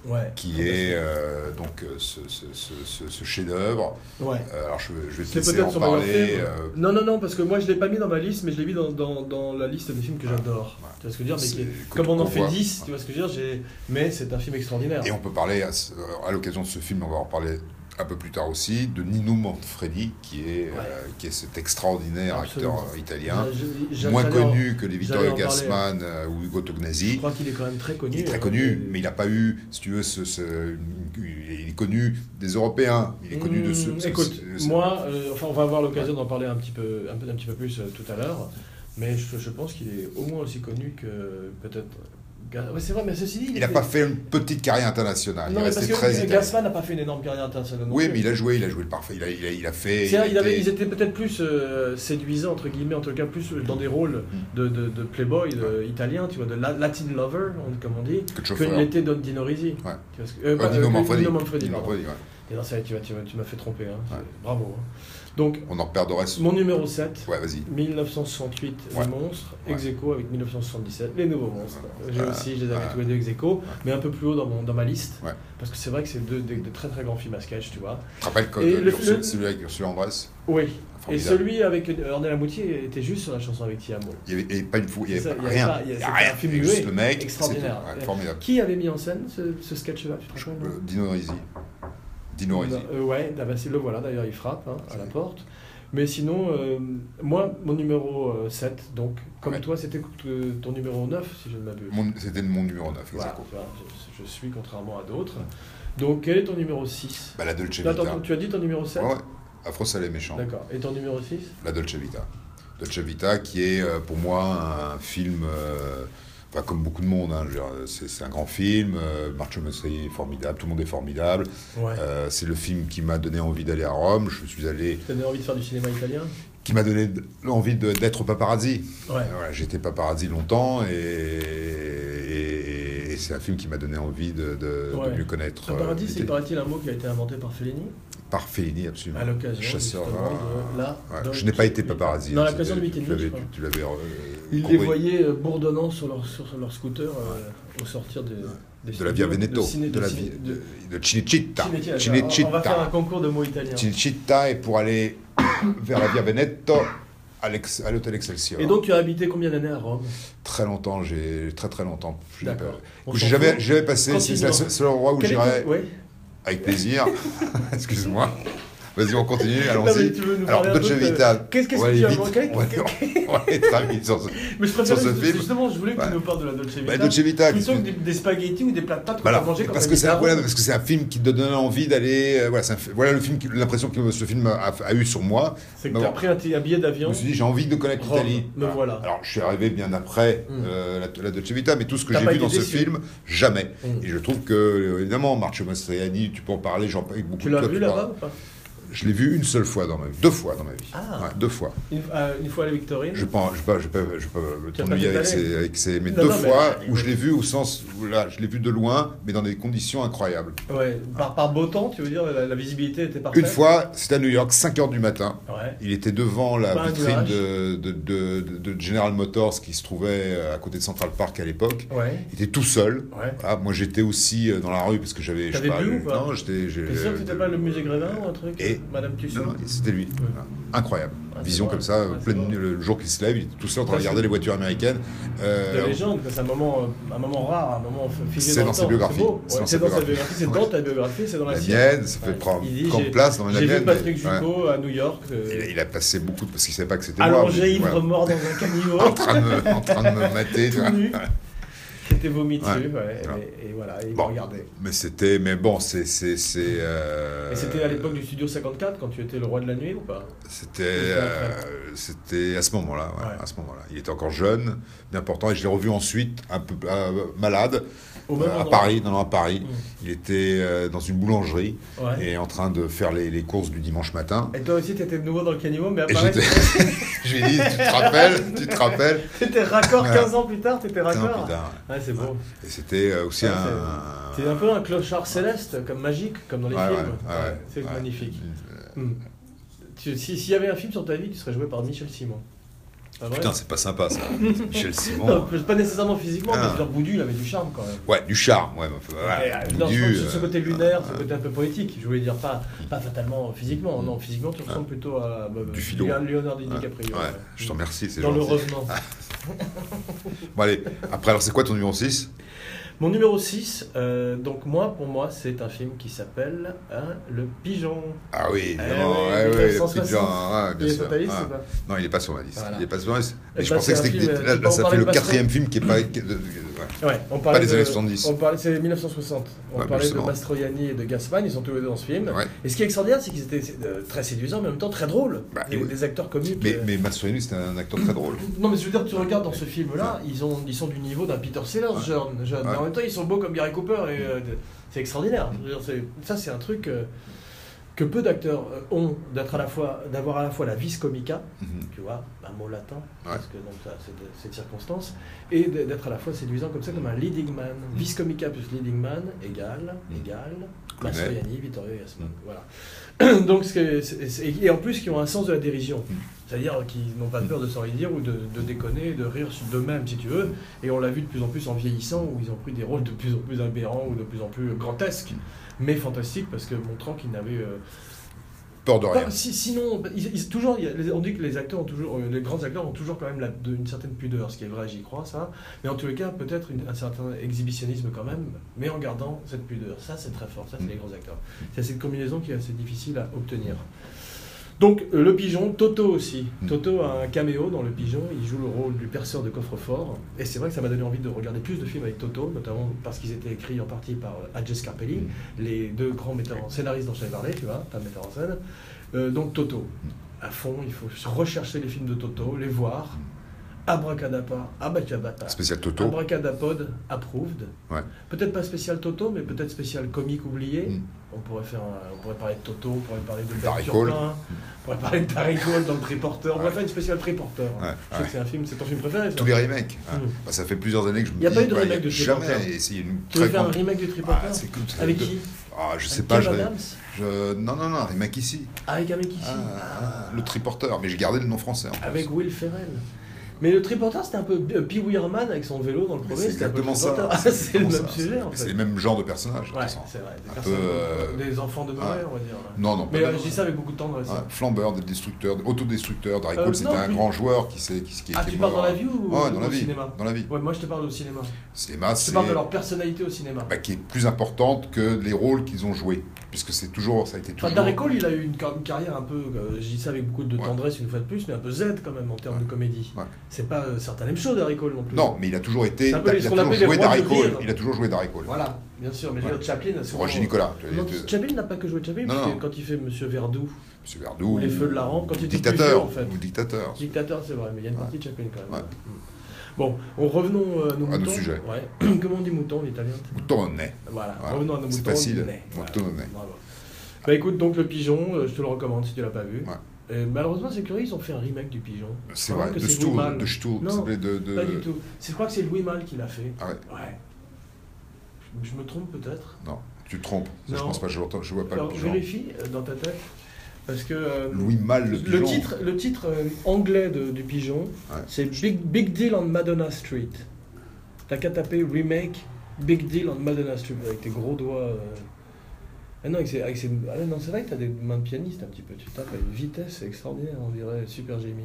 Ouais.
qui est euh, donc euh, ce, ce- ce- ce- ce chef-d'œuvre.
Ouais.
Euh, alors je, je vais te
C'est
laisser
peut-être
en
son meilleur
parler.
film.
euh,
Non, non, non, parce que moi je l'ai pas mis dans ma liste, mais je l'ai mis dans, dans, dans la liste des films que
Ouais.
j'adore.
Ah, Ouais.
Tu vois ce que je veux dire
C'est-
mais qui-
que-
Comme on en
qu'on
fait
voit.
10,
Ouais.
tu vois ce que je veux dire j'ai- Mais c'est un film extraordinaire.
Et on peut parler, à, ce- à l'occasion de ce film, on va en parler un peu plus tard aussi, de Nino Manfredi, qui est, euh, qui est cet extraordinaire
Absolument.
acteur euh, italien,
Je- je-
moins
j'allais en-
connu que les Vittorio
j'allais en parler. hein.
Gassman euh, ou Hugo
Je
Tognazzi.
crois qu'il est quand même très connu.
Il est très
hein,
connu,
et-
mais il n'a pas eu, si tu veux, ce, ce- il est connu des Européens, il est connu de ce...
Mmh,
ce-
Écoute,
ce-
moi, euh, enfin, on va avoir l'occasion d'en parler un petit peu, un, peu- un petit peu plus euh, tout à l'heure, mais je, je pense qu'il est au moins aussi connu que peut-être. Ga- Ouais, c'est vrai, mais ceci dit,
il n'a
était-
pas fait une petite carrière internationale,
Non,
il
mais parce
restait
que
très italien.
Gassman n'a pas fait une énorme carrière internationale. non
Oui,
plus.
mais il a joué, il a joué le parfait, il a, il a- il a fait...
C'est vrai,
il
il avait-
était-
ils étaient peut-être plus euh, séduisants, entre guillemets, en tout cas plus dans des rôles de, de- de playboy de- italien, tu vois, de la- Latin lover, on- comme on dit,
Que de
que
chauffeur.
l'était Don Dino Risi.
Ouais.
Tu vois ce que- euh,
Euh,
pas- euh,
Nino
que-
Manfredi.
Nino Manfredi,
Nino
pardon.
Manfredi, ouais.
Et non, ça y est, tu m'as- tu m'as- tu m'as fait tromper. hein.
Ouais.
Bravo. hein. Donc,
On en reperderait ce...
Mon numéro 7,
Ouais, vas-y.
1968,
Ouais.
Les Monstres,
Ouais.
ex aequo avec 1977, Les Nouveaux Monstres. J'ai
Ouais.
aussi, je les avais
Ouais.
tous les deux ex aequo, mais un peu plus haut dans, mon, dans ma liste,
Ouais.
parce que c'est vrai que c'est deux des, des très très grands films à sketch, tu vois.
Tu te rappelles quand
Et
euh,
le-
Ursula-
le-
celui avec Ursula Andress
Oui, et
Formidable.
celui avec Ornella Moutier était juste sur la chanson avec Tiamo.
Il n'y avait, il y avait pas une fou, il n'y
C'est
avait
ça,
pas
il y avait
rien.
pas- il y
Il n'y
a- c'était
a
un
rien.
film
Il y a
muet,
juste le mec,
extraordinaire.
c'est tout. Ouais,
Ouais.
formidable.
Qui avait mis en scène ce, ce sketch-là tu te
Je-
rappelles, non
euh, Dino Risi. Dino Risi.
Non, euh, ouais, ah bah, c'est- le voilà, d'ailleurs, il frappe hein, à la
Ouais.
porte. Mais sinon, euh, moi, mon numéro euh, 7, donc, comme
Ouais.
toi, c'était euh, ton numéro 9, si je ne m'abuse.
Mon- C'était mon numéro 9,
Voilà,
exactement.
tu vois, je, je suis contrairement à d'autres. Donc, quel est ton numéro 6
Bah, la Dolce
Non, attends,
Vita.
tu as dit ton numéro 7
Ouais, ouais. Afro Salé Méchant.
D'accord. Et ton numéro 6
La Dolce Vita. Dolce Vita qui est euh, pour moi un film, euh, enfin, comme beaucoup de monde, hein, je veux dire, c'est c'est un grand film, euh, Marcio Messeri est formidable, tout le monde est formidable.
Ouais.
Euh, c'est le film qui m'a donné envie d'aller à Rome, je suis allé,
Tu avais envie de faire du cinéma italien
qui m'a donné de- l'envie de- d'être paparazzi.
Ouais.
Voilà, J'étais paparazzi longtemps et, et- et c'est un film qui m'a donné envie de, de- de
Ouais.
mieux connaître. euh,
Paradis, c'est
l'Italie.
paraît-il un mot qui a été inventé par Fellini
Par Fellini, absolument.
à l'occasion
Chasseur,
justement
euh,
de la.
ouais.
Dolce
Je n'ai pas été
Vita.
paparazzi.
Non, à
hein,
l'occasion de
c'était-
Meeting,
tu l'avais-
je crois.
tu- Tu l'avais. euh,
Ils les
compris.
voyaient euh, bourdonnant sur leur, sur, sur leur scooter euh, au sortir de, des
De la Via
studios,
Veneto,
de ciné-
de
de
la
ciné-
Via-
de-
de- de Cinecittà.
Cinecittà. On- On va faire un
Cinecittà.
concours de mots italiens.
Cinecittà, et pour aller vers la Via Veneto, à l'ex- à l'hôtel Excelsior.
Et donc, tu as habité combien d'années à Rome
Très longtemps, j'ai très très longtemps. J'ai
D'accord.
pas-
On
J'ai
s'en
jamais,
fout.
j'ai jamais passé, c'est
Continue.
le seul seul endroit où
Quel est-
j'irais
ouais.
avec plaisir. Excuse-moi. Vas-y, on continue,
Non, mais
allons-y.
tu veux nous
Alors,
parler un
Dolce
peu de-
Vita.
Qu'est-ce qu'est-ce
on va
que tu as
aller
manqué
vite. On va aller- on va aller très vite sur ce.
Mais je préfère
Sur ce film.
justement, je voulais que
Ouais.
tu nous parles de la Dolce Vita.
Bah, Dolce Vita,
qui
qu'est-ce
sont
que-
des, des spaghettis ou des plats de pâtes qu'on
Voilà,
peut manger quand
parce
on
que
est
c'est un,
gamin.
voilà, parce que c'est un film qui te donne envie d'aller. euh, voilà, c'est un fi- voilà le film, qui- l'impression que ce film a, a eu sur moi.
C'est que
Bah,
t'as
bon.
pris un, t- un billet
Je
d'avion.
me suis dit, j'ai envie de connaître
Rome,
l'Italie.
me voilà.
Alors, je suis arrivé bien après
Mm.
euh, la, la Dolce Vita, mais tout ce que
T'as
j'ai
pas
vu
été
dans ce
déçu.
film, jamais.
Mm.
Et je trouve que, euh, évidemment, Marcio Mastroianni, tu peux en parler, j'en parle avec beaucoup
Tu
de
l'as
toi,
vu
tu
là-bas
parles.
ou pas
Je l'ai vu une seule fois dans ma vie, deux fois dans ma vie.
Ah.
Ouais, deux fois.
une, euh, une fois à la Victorine.
Je pense, je peux, je peux, je peux me
T'as
t'ennuyer
pas
avec
détalé.
ces, avec ces, mais
Non,
deux
non, mais-
fois où je l'ai vu au sens où là, je l'ai vu de loin, mais dans des conditions incroyables.
Ouais, par, par beau temps, tu veux dire, la, la visibilité était parfaite.
Une fois, c'était à New York, 5 heures du matin.
Ouais.
Il était devant la
Pas un
vitrine
nuage.
de, de- de- de- de General Motors qui se trouvait euh, à côté de Central Park à l'époque.
Ouais.
Il était tout seul.
Ouais.
Voilà, moi j'étais aussi euh, dans la rue parce que j'avais. je sais euh,
T'avais bu ou pas
Non, j'étais. j'ai- euh,
T'es sûr que c'était pas le musée Grévin ou un truc
Et-
Madame Tussaud
Non, non, c'était lui. Voilà. Incroyable.
Ah,
Vision
c'est
comme
bon,
ça,
ouais,
pleine nuit,
c'est
le jour qu'il se lève, il était tout seul en train de
Ça, c'est-
regarder les voitures américaines.
De
Euh,
légende, quoi, c'est un moment, euh, un moment rare, un moment f- figé
C'est
dans,
dans
le
sa
temps.
biographie.
C'est beau.
C'est
Ouais,
dans
c'est
sa
dans sa
biographie.
biographie. C'est dans ta biographie, c'est dans la
la
sienne.
mienne, ça fait
Ouais.
prendre
Il dit,
prendre
j'ai-
place dans la
J'ai
mienne.
vu Patrick
mais- ouais.
Jucot à New York, euh,
Il a- il a passé beaucoup de- parce qu'il savait pas que c'était moi. mais-
allongé,
voilà.
ivre mort dans un caniveau.
en train de me, en train de me mater. tu
tout
vois.
nu, qui était vomi dessus,
Ouais,
ouais,
voilà.
et, et voilà, et il
Bon.
me regardait.
Mais c'était, mais bon, c'est, c'est, c'est. euh,
Et c'était à l'époque du Studio 54, quand tu étais le roi de la nuit ou pas
C'était, euh, c'était à ce moment-là, ouais,
Ouais.
à ce moment-là. Il était encore jeune, bien important, et je l'ai revu ensuite, un peu euh, malade,
Au
euh, à
endroit.
Paris, non, non, à Paris.
Mm.
Il était euh, dans une boulangerie
Ouais.
et en train de faire les, les courses du dimanche matin.
Et... toi aussi, t'étais de nouveau dans le caniveau, mais à
Et
Paris,
j'étais, je lui ai dit, tu te rappelles, tu te rappelles.
t'étais raccord
Voilà.
15 ans plus tard, t'étais
Putain,
raccord.
putain.
Ouais, c'est beau.
Et c'était euh, aussi
Ouais,
un.
T'es un peu un clochard céleste, comme magique, comme dans les
Ouais,
films.
ouais, ouais,
Ouais, c'est
ouais.
magnifique. Hmm. Tu- si- S'il y avait un film sur ta vie, tu serais joué par Michel Simon. Pas vrai
Putain, c'est pas sympa ça. Michel Simon.
Non, pas nécessairement physiquement,
Ah.
mais leur boudu, il avait du charme quand même.
Ouais, du charme, ouais. enfin, voilà,
Et, euh,
du-
non,
du,
ce, ce
euh,
côté lunaire, ce côté un peu poétique, je voulais dire pas, pas fatalement physiquement, non, physiquement tu ressembles plutôt à bah,
Du philo.
Leon- Leonardo
ouais,
DiCaprio. euh,
ouais, je t'en remercie, c'est
Dans le
gentil.
revenant.
Bon, allez, après, alors c'est quoi ton numéro 6
Mon numéro 6, donc moi, pour moi, c'est un film qui s'appelle hein, Le Pigeon.
Ah oui,
Eh
évidemment,
oui,
ouais, ouais, le petit
1960.
genre, ouais, Ah, bien
Il est
sûr.
sur ta liste
ouais.
ou pas
Non, il est pas sur ma liste.
Voilà.
Il est pas sur ma liste. Mais
Et
je
bah,
pensais que
c'est un
c'était.
film,
que des-
euh,
Là,
tu
là,
peux en
ça fait
parler
le
parce que-
quatrième film qui est pas. qui est de- ouais.
Ouais, on parlait
Pas les
de-
années 70.
On parlait, c'est 1960. On
Ouais,
parlait
justement.
de Mastroianni et de Gassman, ils sont tous les deux dans ce film.
Ouais.
Et ce qui est extraordinaire, c'est qu'ils étaient c'est, euh, très séduisants, mais en même temps très drôles.
Bah,
des,
oui.
des acteurs comiques.
Mais,
euh,
mais Mastroianni, c'était un acteur très drôle.
Non, mais je veux dire, tu regardes dans ce film-là, ils, ont, ils sont du niveau d'un Peter Sellers,
Ouais.
jeune, jeune. Mais
Ouais.
en même temps, ils sont beaux comme Gary Cooper. Et, euh, de- c'est extraordinaire. Je veux dire, c'est- ça, c'est un truc euh, que peu d'acteurs euh, ont, d'être à la fois, d'avoir à la fois la vis comica,
Mhm.
tu vois, un mot latin,
Ouais.
parce que donc, ça, c'est de, c'est de circonstance, et d- d'être à la fois séduisant comme ça, comme un leading man.
Mm.
Vis comica plus leading man égale,
Mhm.
égale,
Connais.
Mastroianni, Vittorio Gassman.
Mhm.
Voilà. Donc, ce que- c'est- c'est- et en plus, qui ont un sens de la dérision.
Mm.
C'est-à-dire qu'ils n'ont pas peur de s'en dire ou de, de déconner, de rire sur d'eux-mêmes, si tu veux. Et on l'a vu de plus en plus en vieillissant, où ils ont pris des rôles de plus en plus aberrants ou de plus en plus grotesques,
Mm.
mais fantastiques, parce que montrant qu'ils n'avaient. euh,
Peur de rien.
pas- si- sinon, ils, ils- toujours, il y a- les- on dit que les acteurs ont toujours, euh, les grands acteurs ont toujours quand même la- de- une certaine pudeur, ce qui est vrai, j'y crois ça. Mais en tous les cas, peut-être une- un certain exhibitionnisme quand même, mais en gardant cette pudeur. Ça, c'est très fort. Ça, c'est les grands acteurs. C'est cette combinaison qui est assez difficile à obtenir. Donc euh, le pigeon, Toto aussi.
Mm.
Toto a un caméo dans le pigeon, il joue le rôle du perceur de coffre-fort. Et c'est vrai que ça m'a donné envie de regarder plus de films avec Toto, notamment parce qu'ils étaient écrits en partie par euh, Adje Scarpelli, les deux grands metteurs en scénaristes dont je t'avais parlé, tu vois, t'as un metteur en scène. Euh, donc Toto, à fond, il faut se rechercher les films de Toto, les voir. Abracadabra, abacabata.
Spécial Toto.
Abracadapod approved.
Ouais.
Peut-être pas spécial Toto, mais peut-être spécial comique oublié.
Mm.
On, pourrait faire un- on pourrait parler de Toto, on pourrait parler de
Darry
Turpin,
Cole.
on pourrait parler de Darry Cole dans le Triporteur. On pourrait faire une spéciale Triporteur.
Ouais,
Je sais
ouais.
que c'est un film, c'est ton film préféré. ça.
Tous les remakes. hein.
Mm.
Bah, ça fait plusieurs années que je me
Y a
dis,
pas eu de
bah,
remake de Triporteur.
Jamais. Et c'est une
Tu veux
très
faire un
grande-
remake du
Ah,
Triporteur
c'est cool, c'est
Avec
deux-
qui
Ah, je sais
Avec
pas.
Kev
je-
Adams
je- Non, non, non, remake ici.
Avec un mec ici
Ah, ah, le triporteur, mais j'ai gardé le nom français. en plus.
Avec Will Ferrell. Mais le triporteur, c'était un peu euh, Pee Wee Herman avec son vélo dans le
Mais
premier.
C'est
c'était un peu
exactement ça.
Triporteur. c'est le
exactement
même
ça.
sujet en
C'est
fait.
les mêmes genres de personnages. de toute
Ouais,
façon.
c'est vrai. Des,
Un
personnes-
peu, euh,
des enfants de Marais,
ouais.
on va dire. ouais.
Non, non,
Mais
pas
euh,
de-
je dis ça avec beaucoup de tendresse.
Ouais, flambeur, des destructeurs, des autodestructeurs. Darry
Euh,
Cole, c'était
non,
un
plus-
grand joueur qui, s'est- qui, qui
Ah,
était
tu parles
mort. hein.
dans la vie ou
Ouais, dans
au
la vie.
cinéma
Dans la vie.
Ouais, moi je te parle au cinéma.
Cinéma,
Je te
c'est
parle de leur personnalité au cinéma.
bah, qui est plus importante que les rôles qu'ils ont joués, puisque c'est toujours, ça a été
Enfin,
toujours.
Darry Cole, il a eu une car- une carrière un peu, euh, je dis ça avec beaucoup de
Ouais.
tendresse une fois de plus, mais un peu Z quand même en termes
Ouais.
de comédie.
Ouais.
C'est pas euh, certaines choses, Darry Cole non plus.
Non, mais il a toujours été,
C'est
il
un peu
a, il
ce
a
qu'on
toujours
appelle les
joué
rois
Darry
du
Cole.
rire.
Il a toujours joué Darry Cole.
Voilà, bien sûr, mais je veux
Ouais.
dire, Chaplin. souvent-
Roger Nicolas. tu vois,
Non,
il était-
Chaplin n'a pas que joué Chaplin,
Non,
parce que
non.
quand il fait Monsieur Verdoux,
Monsieur Verdoux.
Ou les feux de la rampe, quand il
ou
était
dictateur.
plus vieux, en fait.
Ou dictateur.
dictateur, c'est vrai, mais il y a une
Ouais.
partie de Chaplin quand même.
Ouais.
Bon, on revenons euh, à nos
À nos
moutons.
sujets.
Ouais. Comment on dit mouton en italien
Moutonnet.
Voilà,
Voilà.
revenons à nos moutons.
C'est facile.
Mais, voilà.
Moutonnet.
Bravo. Bah écoute, donc le pigeon, euh, je te le recommande si tu l'as pas vu.
Ouais.
Euh, malheureusement, c'est curieux, ils ont fait un remake du pigeon.
C'est
Vraiment
vrai,
que
de
c'est
Stour,
Louis-Mal.
de Stour,
Non,
ça s'appelait de, de-
Pas du tout. C'est- Je crois que c'est Louis Mal qui l'a fait.
Euh. Ah ouais,
Ouais. Je me trompe peut-être.
non, tu te trompes. Ça, je
Non.
pense pas, je, l'entends- je vois pas
Alors
le pigeon.
vérifie euh, dans ta tête. Parce que. euh,
Louis Mal, le pigeon.
le titre, le titre euh, anglais de- du pigeon,
Ouais.
c'est Big, Big Deal on Madonna Street. T'as qu'à taper remake Big Deal on Madonna Street avec tes gros doigts. euh. Ah non, avec ses- avec ses- ah non, c'est vrai que t'as des mains de pianiste un petit peu. Tu tapes à une vitesse extraordinaire, on dirait Super Jimmy.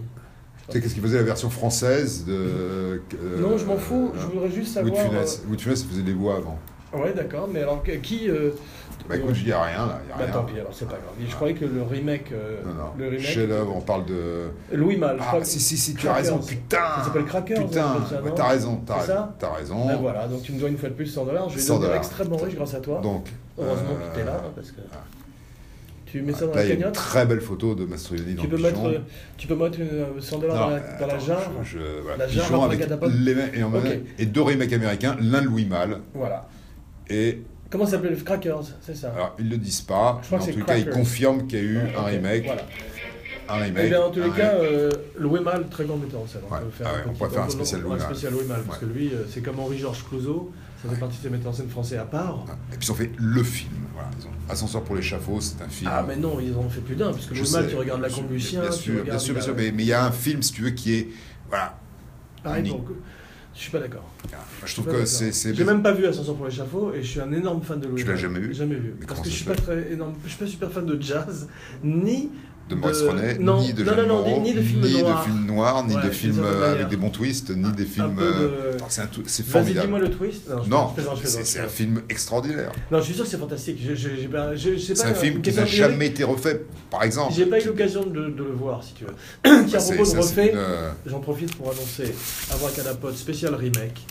Tu sais, qu'est-ce qu'il faisait la version française de. euh,
non, je m'en fous,
euh,
je voudrais juste
Louis de
savoir.
Funès. Louis de Funès faisait des voix avant.
euh, Ouais, d'accord, mais alors que- qui. euh,
Bah
euh,
écoute, il n'y a rien là. il Y a
bah,
rien.
tant pis, alors c'est pas grave. Je croyais que le remake. euh,
Non, non.
Le remake.
Chef-d'œuvre, on parle de.
Louis Mal, je
Ah,
crois que-
si, si, si, tu as
Crackers.
raison, putain
Ça s'appelle Crackers,
Putain,
on appelle ça,
ouais,
non
t'as raison, t'as
C'est
raison.
ça
T'as raison.
Ben voilà, donc tu me dois une fois de plus 100 dollars. Je vais
100
devenir
dollars.
extrêmement riche grâce à toi.
Donc.
Heureusement
euh,
que tu es là, parce que
ah.
tu mets ça dans
Là,
la
il y a une
cagnotte.
très belle photo de Mastroianni dans
Tu peux,
le
mettre,
pigeon.
euh, tu peux mettre euh, 100 dollars
Non,
dans la, dans la
attends,
jarre.
je- je- voilà,
La jarre
pigeon avec
abracadapod.
les mains et, en
Ok.
main- et deux remakes américains, l'un de Louis Malle
Voilà.
et
Comment ça s'appelait le Crackers C'est ça.
alors ils le disent pas,
Je
mais
crois
en
que
tout
c'est
cas ils
Crackers.
confirment qu'il y a eu un
Ok,
remake,
Voilà.
un remake.
Eh bien, en tous
un
les
remake.
cas, euh, Louis Mal, très grand metteur en scène.
Ah, Ouais.
peut
Ah ouais, on
petit-
pourrait faire un spécial
on pourrait
Louis
un spécial Louis Mal, parce
Ouais.
que lui, euh, c'est comme Henri-Georges Clouseau. Ça fait partie de ces metteurs en scène français à part.
Et puis ils ont fait le film, voilà, ils ont Ascenseur pour l'échafaud, c'est un film.
Ah, mais non, ils en ont fait plus d'un, parce que
Je
Louis Mal,
sais,
tu regardes La
bien sûr,
Combe du Chien.
Bien
tu
sûr, bien
regardes-
sûr, bien sûr, mais mais il y a un film si tu veux qui est voilà.
Pareil,
unique.
pour... je suis pas d'accord.
Je trouve que c'est c'est-
J'ai même pas vu Ascenseur pour l'échafaud et je suis un énorme fan de Louis.
Tu l'as
Malle.
jamais vu
Jamais vu.
Mais
Parce
comment
que
ça
je
se
suis pas
fait
très énorme, je suis pas super fan de jazz ni
de Maurice René,
non,
ni de
non,
Jeanne
non, non,
Moreau,
ni, ni de films noirs.
films noirs, ni
Ouais,
de
d'une
films
certaine
euh,
manière.
avec des bons twists, ni des films.
peu
euh,
de-
enfin, C'est un tout- c'est
Vas-y,
formidable.
dis-moi le twist. Non, je- je
Non,
plaisante, je
c'est
plaisante.
c'est un film extraordinaire.
Non, je suis sûr que c'est fantastique. Je- je- j'ai pas- je- je sais
C'est
pas,
un
euh,
film qui
question
n'a
de priorité.
jamais été refait, par exemple.
J'ai pas eu
Qui-
l'occasion de, de le voir, si tu veux.
bah,
Qui à
c'est-
propos
ça,
de
c'est
refait,
une, euh,
j'en profite pour annoncer Abracadapod spécial remake.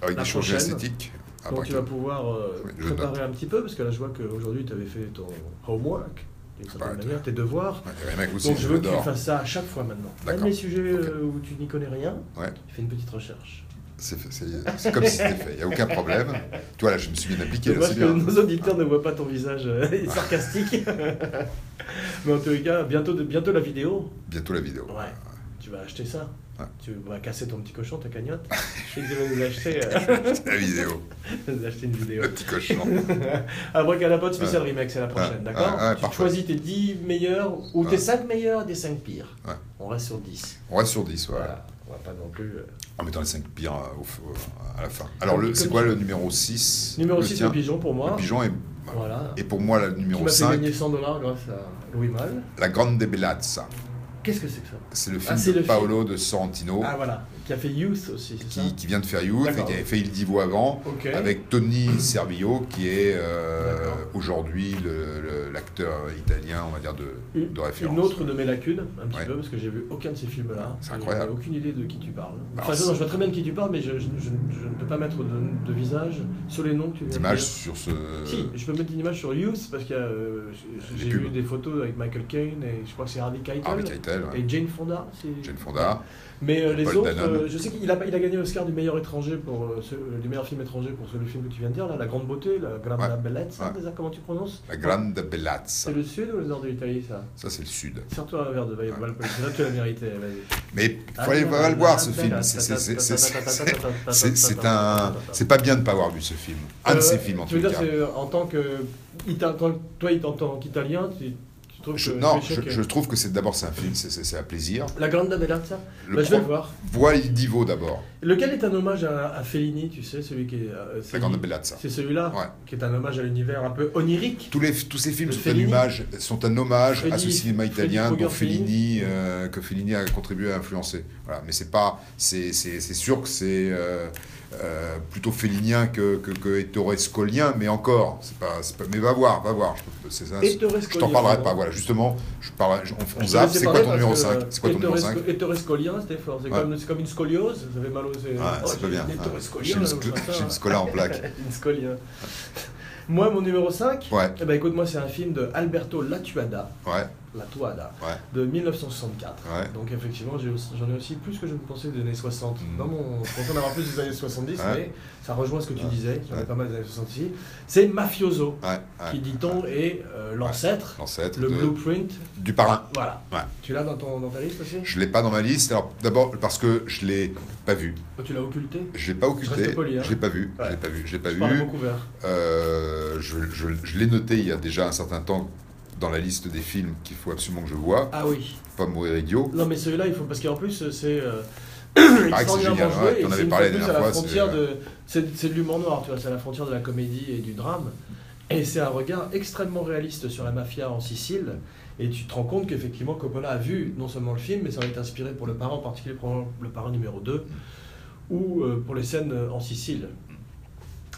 Avec
la
des changements
prochaine.
esthétiques. Ah,
Donc
bah,
tu vas pouvoir euh,
Oui, je
préparer un petit peu, parce que là je vois qu'aujourd'hui tu avais fait ton homework, d'une certaine
Bah,
manière, tes devoirs.
ouais, les mecs aussi,
Donc je veux que tu
j'adore.
fasses ça à chaque fois maintenant. Même
D'accord.
les sujets
Ok.
euh, où tu n'y connais rien,
Ouais.
tu fais une petite recherche.
C'est c'est- c'est comme si c'était fait, il n'y a aucun problème. Tu vois, là, je me suis bien appliqué, là,
Dommage
c'est
que
bien. Ah.
nos auditeurs ne voient pas ton visage euh, sarcastique. Mais en tous les cas, bientôt, de- bientôt la vidéo.
Bientôt la vidéo.
Ouais. Tu vas acheter ça.
Ouais.
Tu vas casser ton petit cochon, ta cagnotte. Et tu vas nous acheter, euh,
La vidéo,
nous acheter une vidéo.
le petit cochon.
Abracadapod spécial remake, c'est la prochaine,
Ouais.
d'accord
Ouais, ouais,
Tu
parfait.
choisis tes 10 meilleurs ou tes
Ouais.
5 meilleurs et tes 5 pires.
Ouais.
On reste sur 10.
On reste sur 10, ouais.
Voilà. On va pas non plus. euh,
En mettant les 5 pires euh, au f- euh, à la fin. Alors, le-
Comme-
c'est
comme
quoi
tu-
le numéro 6
Numéro 6, le
pigeon.
pigeon pour moi.
Le pigeon est-
Voilà.
Et pour moi, le
Qui
numéro
m'a fait
5,
gagner 100 dollars grâce à Louis Mal.
La Grande Bellazza.
Qu'est-ce que c'est que ça
C'est le
Ah,
film
c'est
de
le film.
Paolo de Sorrentino
Ah voilà. Qui a fait Youth aussi, c'est ça
Oh. qui, qui vient de faire Youth et
D'accord.
qui avait fait Il Divo avant
Ok.
avec Tony Servillo qui est euh,
D'accord.
aujourd'hui le- le- l'acteur italien, on va dire, de,
Une-
de référence.
Une autre de mes lacunes, un petit
Ouais.
peu, parce que j'ai vu aucun de ces films-là.
C'est
J'ai
incroyable.
aucune idée de qui tu parles.
Bah,
Enfin, je,
c'est-
non, je vois très bien de qui tu parles, mais je, je- je- je ne peux pas mettre de, de visage sur les noms que tu viens de
D'image euh,
dire.
sur ce...
Si, je peux mettre une image sur Youth, parce que euh, j'ai
pubs.
vu des photos avec Michael Caine, et je crois que c'est Harvey Keitel.
Harvey Keitel, ouais.
Et Jane Fonda, c'est-
Jane Fonda.
Mais euh, les
Paul
autres,
Dano.
euh, je sais qu'il a, il a gagné l'Oscar du meilleur étranger pour euh, ce- du meilleur film étranger pour ce- le film que tu viens de dire, là, La Grande Beauté, La Grande
Ouais.
Bellezza,
Ouais.
déjà, comment tu prononces
La Grande
C'est
Bellazza.
Ah. le sud ou le nord de l'Italie, ça
Ça, c'est le sud.
Sers-toi un verre de Val- Valpolicella, tu l'as mérité, vas-y.
Mais
Ah,
il fallait pas le voir, ce film. C'est- c'est- c'est- c'est- c'est- C'est c'est un... C'est pas bien de pas avoir vu ce film. Un de
Euh,
ces films, en
Tu veux
tout
dire,
cas.
c'est, euh, en tant que. Ita- quand- Toi, en tant qu'italien, tu- trouve
Je-
que
non,
vais
je,
choquer.
je trouve que c'est d'abord c'est un film, c'est- c'est c'est un plaisir.
La Grande Dame est là, tiens.
Le
Bah, je vais le
pro-
voir.
Vois il Divo d'abord,
Lequel est un hommage à, à Fellini, tu sais, celui qui est. euh,
la
c'est
grande
lui-
bellezza.
C'est celui-là,
Ouais.
qui est un hommage à l'univers un peu onirique.
Tous, les, tous ces films
Le
sont un,
Fellini.
hommage, sont un hommage à
Freddy-
ce cinéma
Freddy
italien
Krueger,
dont Fellini, euh, que Fellini a contribué à influencer. Voilà. Mais c'est pas, c'est c'est- c'est sûr que c'est euh, euh, plutôt fellinien que, que, que ettorescolien, mais encore. C'est pas, c'est pas- mais va voir, va voir. Je, c'est ça,
Ettore
je
Scoglien,
t'en parlerai
pardon.
pas. Voilà, justement, je parlerai, je- on, on
Je te
zappe.
laissais
C'est quoi
parler
ton
parce
numéro
que,
5
euh,
C'est quoi ton numéro 5
Ettore- Ettore Scolien, c'était fort. C'est
Ouais.
comme, c'est comme une scoliose, ça fait mal Oh, aux.
Ouais, c'est pas bien.
Ettore
Ouais.
Scolien,
James,
ou comme ça.
James Scola en plaque.
Une scolia. Moi, mon numéro 5,
Ouais,
eh ben, écoute, moi, c'est un film de Alberto Latuada,
ouais,
Latuada
Ouais.
de 1964.
Ouais.
Donc, effectivement, j'ai aussi- j'en ai aussi plus que je ne pensais des années 60.
Mhm.
Non, mon, je pensais en avoir plus des années 70,
Ouais.
mais ça rejoint ce que tu
Ouais.
disais, qui en a
Ouais.
pas mal des années 66. C'est Mafioso,
ouais. ouais.
qui, dit-on, est euh, l'ancêtre,
L'ancêtre
le
de-
blueprint.
du parrain.
Voilà.
Ouais.
Tu l'as dans, ton, dans ta liste aussi
Je l'ai pas dans ma liste. Alors d'abord parce que je l'ai pas vu.
Oh, Tu l'as occulté
Je l'ai pas
reste
occulté.
poli, hein.
Je l'ai pas vu.
Ouais.
Je l'ai pas vu. Je l'ai pas
Je
vu.
parle beaucoup vert.
Euh, je je- je l'ai noté il y a déjà un certain temps dans la liste des films qu'il faut absolument que je vois.
Ah oui.
Pas mourir idiot.
Non, mais celui-là, il faut parce qu'en plus c'est euh,
paraît Ah, que c'est
extraordinairement
génial, ouais, t'en
joué. et
avais
c'est une
parlé
fois
la
de plus
dernière
à la
fois, c'est- euh,
frontière de c'est c'est de l'humour noir, tu vois, c'est à la frontière de la comédie et du drame. Et c'est un regard extrêmement réaliste sur la mafia en Sicile. Et tu te rends compte qu'effectivement Coppola a vu non seulement le film, mais ça en est inspiré pour le parrain en particulier, pour le parrain numéro 2, ou euh, pour les scènes euh, en Sicile.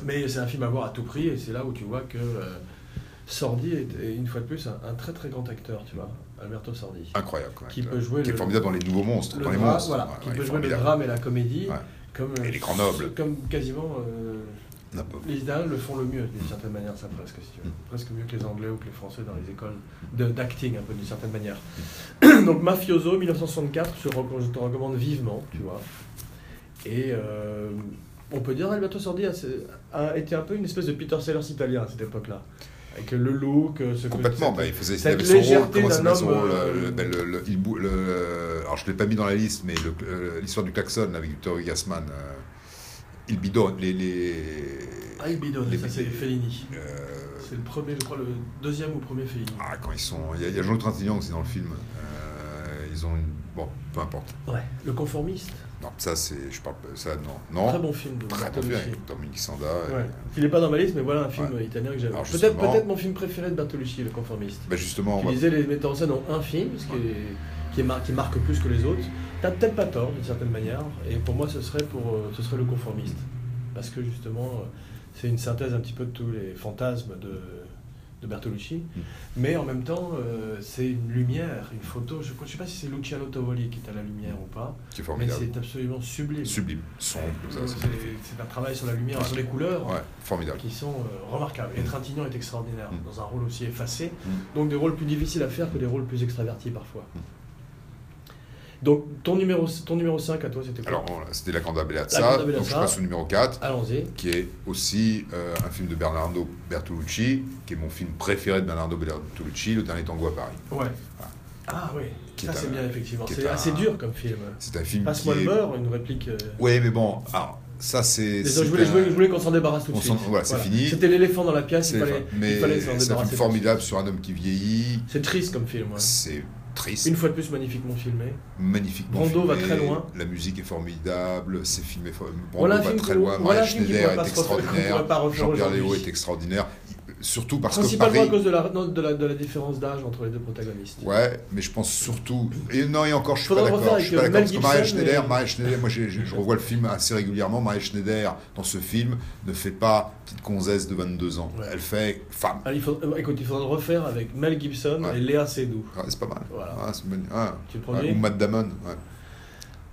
Mais c'est un film à voir à tout prix, et c'est là où tu vois que euh, Sordi est, est une fois de plus un, un très très grand acteur, tu vois, Alberto Sordi
Incroyable. quand même.
qui peut jouer
Qui est
le,
formidable dans les nouveaux monstres,
le
dans les
drame,
monstres.
voilà,
Ouais,
qui
ouais,
peut
il est
jouer le
formidable.
drame et la comédie,
Ouais.
comme
Et les grands nobles.
comme quasiment euh,
N'importe.
les Italiens le font le mieux d'une certaine manière, ça presque si tu veux,
Mm.
presque mieux que les Anglais ou que les Français dans les écoles de- d'acting un peu d'une certaine manière.
Mm.
Donc Mafioso 1964, je, te recom- je te recommande vivement, tu vois. Et euh, on peut dire Alberto Sordi a, a été un peu une espèce de Peter Sellers italien à cette époque-là, avec le look, euh, ce
Complètement,
cette-
bah, il faisait il
cette
avait son rôle,
légèreté
comment
d'un
s'appelle son
homme,
rôle
euh,
le- le- ben, le- le- il bou- le- Alors je ne l'ai pas mis dans la liste, mais le- euh, l'histoire du klaxon avec Victor Gassman, euh, il bidonne, les... les...
Ah, il bidonne,
les-
ça c'est Fellini.
euh,
C'est le premier, je crois, le deuxième ou premier Fellini.
Ah, quand ils sont... Il y a, il y a Jean-Luc Trintignant aussi dans le film. Euh, ils ont une... Bon, peu importe.
Ouais. Le conformiste.
Non, ça c'est... Je parle... pas- Ça, non. Non.
Très bon film de
Oh. Très bon
Bertolucci.
film avec euh, Dominique Sanda. et-
Ouais. Il n'est pas dans ma liste, mais voilà un film italien que j'avais.
Alors,
Peut-être
justement-
peut mon film préféré de Bertolucci, Le Conformiste.
Ben, justement, on
Qui
va-
disait les metteurs en scène ont un film, ce qui, est- qui, est mar- qui marque plus que les autres. T'as peut-être pas tort, d'une certaine manière. Et pour moi, ce serait, pour, euh, ce serait Le Conformiste. Parce que justement, euh, c'est une synthèse un petit peu de tous les fantasmes de, de Bertolucci.
Mm.
Mais en même temps, euh, c'est une lumière, une photo. Je ne sais pas si c'est Luciano Tovoli qui est à la lumière ou pas.
qui est
Mais
formidable.
c'est absolument sublime.
Sublime. Sombre,
Euh,
ça, c'est
c'est-
magnifique.
C'est un travail sur la lumière,
Ouais.
sur les couleurs,
Ouais, formidable.
qui sont euh, remarquables. Et Trintignant est extraordinaire,
Mm.
dans un rôle aussi effacé.
Mm.
Donc des rôles plus difficiles à faire que des rôles plus extravertis parfois. Donc ton numéro, ton numéro 5 à toi, c'était quoi
Alors, on- c'était la Grande
La
Bellazza.
Grande
Donc je
Bellezza.
passe au numéro 4.
Allons-y.
qui est aussi euh, un film de Bernardo Bertolucci, qui est mon film préféré de Bernardo Bertolucci, Le Dernier Tango à Paris.
Ouais. Ah oui,
Qui
ça
est
c'est
un-
bien effectivement.
qui est
C'est
un-
assez dur comme film.
C'est un film
Passe-moi
qui
le
est...
beurre, une réplique. euh,
Oui, mais bon, alors, ça c'est...
désolé,
c'est
je voulais,
un-
je voulais- je voulais qu'on s'en débarrasse tout de
on
suite.
s'en- voilà, c'est fini.
C'était l'éléphant dans la pièce,
c'est-
il fallait, il
Mais
fallait s'en
c'est un
débarrasser.
film formidable sur un homme qui vieillit,
C'est triste comme film. ouais.
c'est triste,
Une fois de plus magnifiquement filmé.
magnifiquement
Brando va
filmé,
très loin.
la musique est formidable, c'est filmé... for- Brando
Voilà un
va
film
très
qu'on-
loin,
voilà
Maria
un film qu'on
Schneider
pourrait
est
pas se refaire, qu'on pourrait pas
extraordinaire,
refaire
Jean-Pierre
aujourd'hui.
Léo est extraordinaire, surtout parce que
Principalement
Paris...
à cause de la, non, de, la, de la différence d'âge entre les deux protagonistes.
Ouais, mais je pense surtout. Et non, et encore, je suis
Faudra
pas
le
d'accord.
refaire
Je suis
avec,
pas
euh,
d'accord
Mel
parce que Maria
Gibson,
Schneider,
mais-
Maria Schneider, moi j'ai- je, je revois le film assez régulièrement. Maria Schneider, dans ce film, ne fait pas petite gonzesse de 22 ans.
Ouais.
Elle fait femme.
Ah, il faut- euh, écoute, il faudra le refaire avec Mel Gibson
Ouais.
et Léa Seydoux.
Ah, c'est pas mal.
Voilà.
Ah, c'est bon. Ah.
Tu le
Ah,
produis
ou Matt Damon. ouais.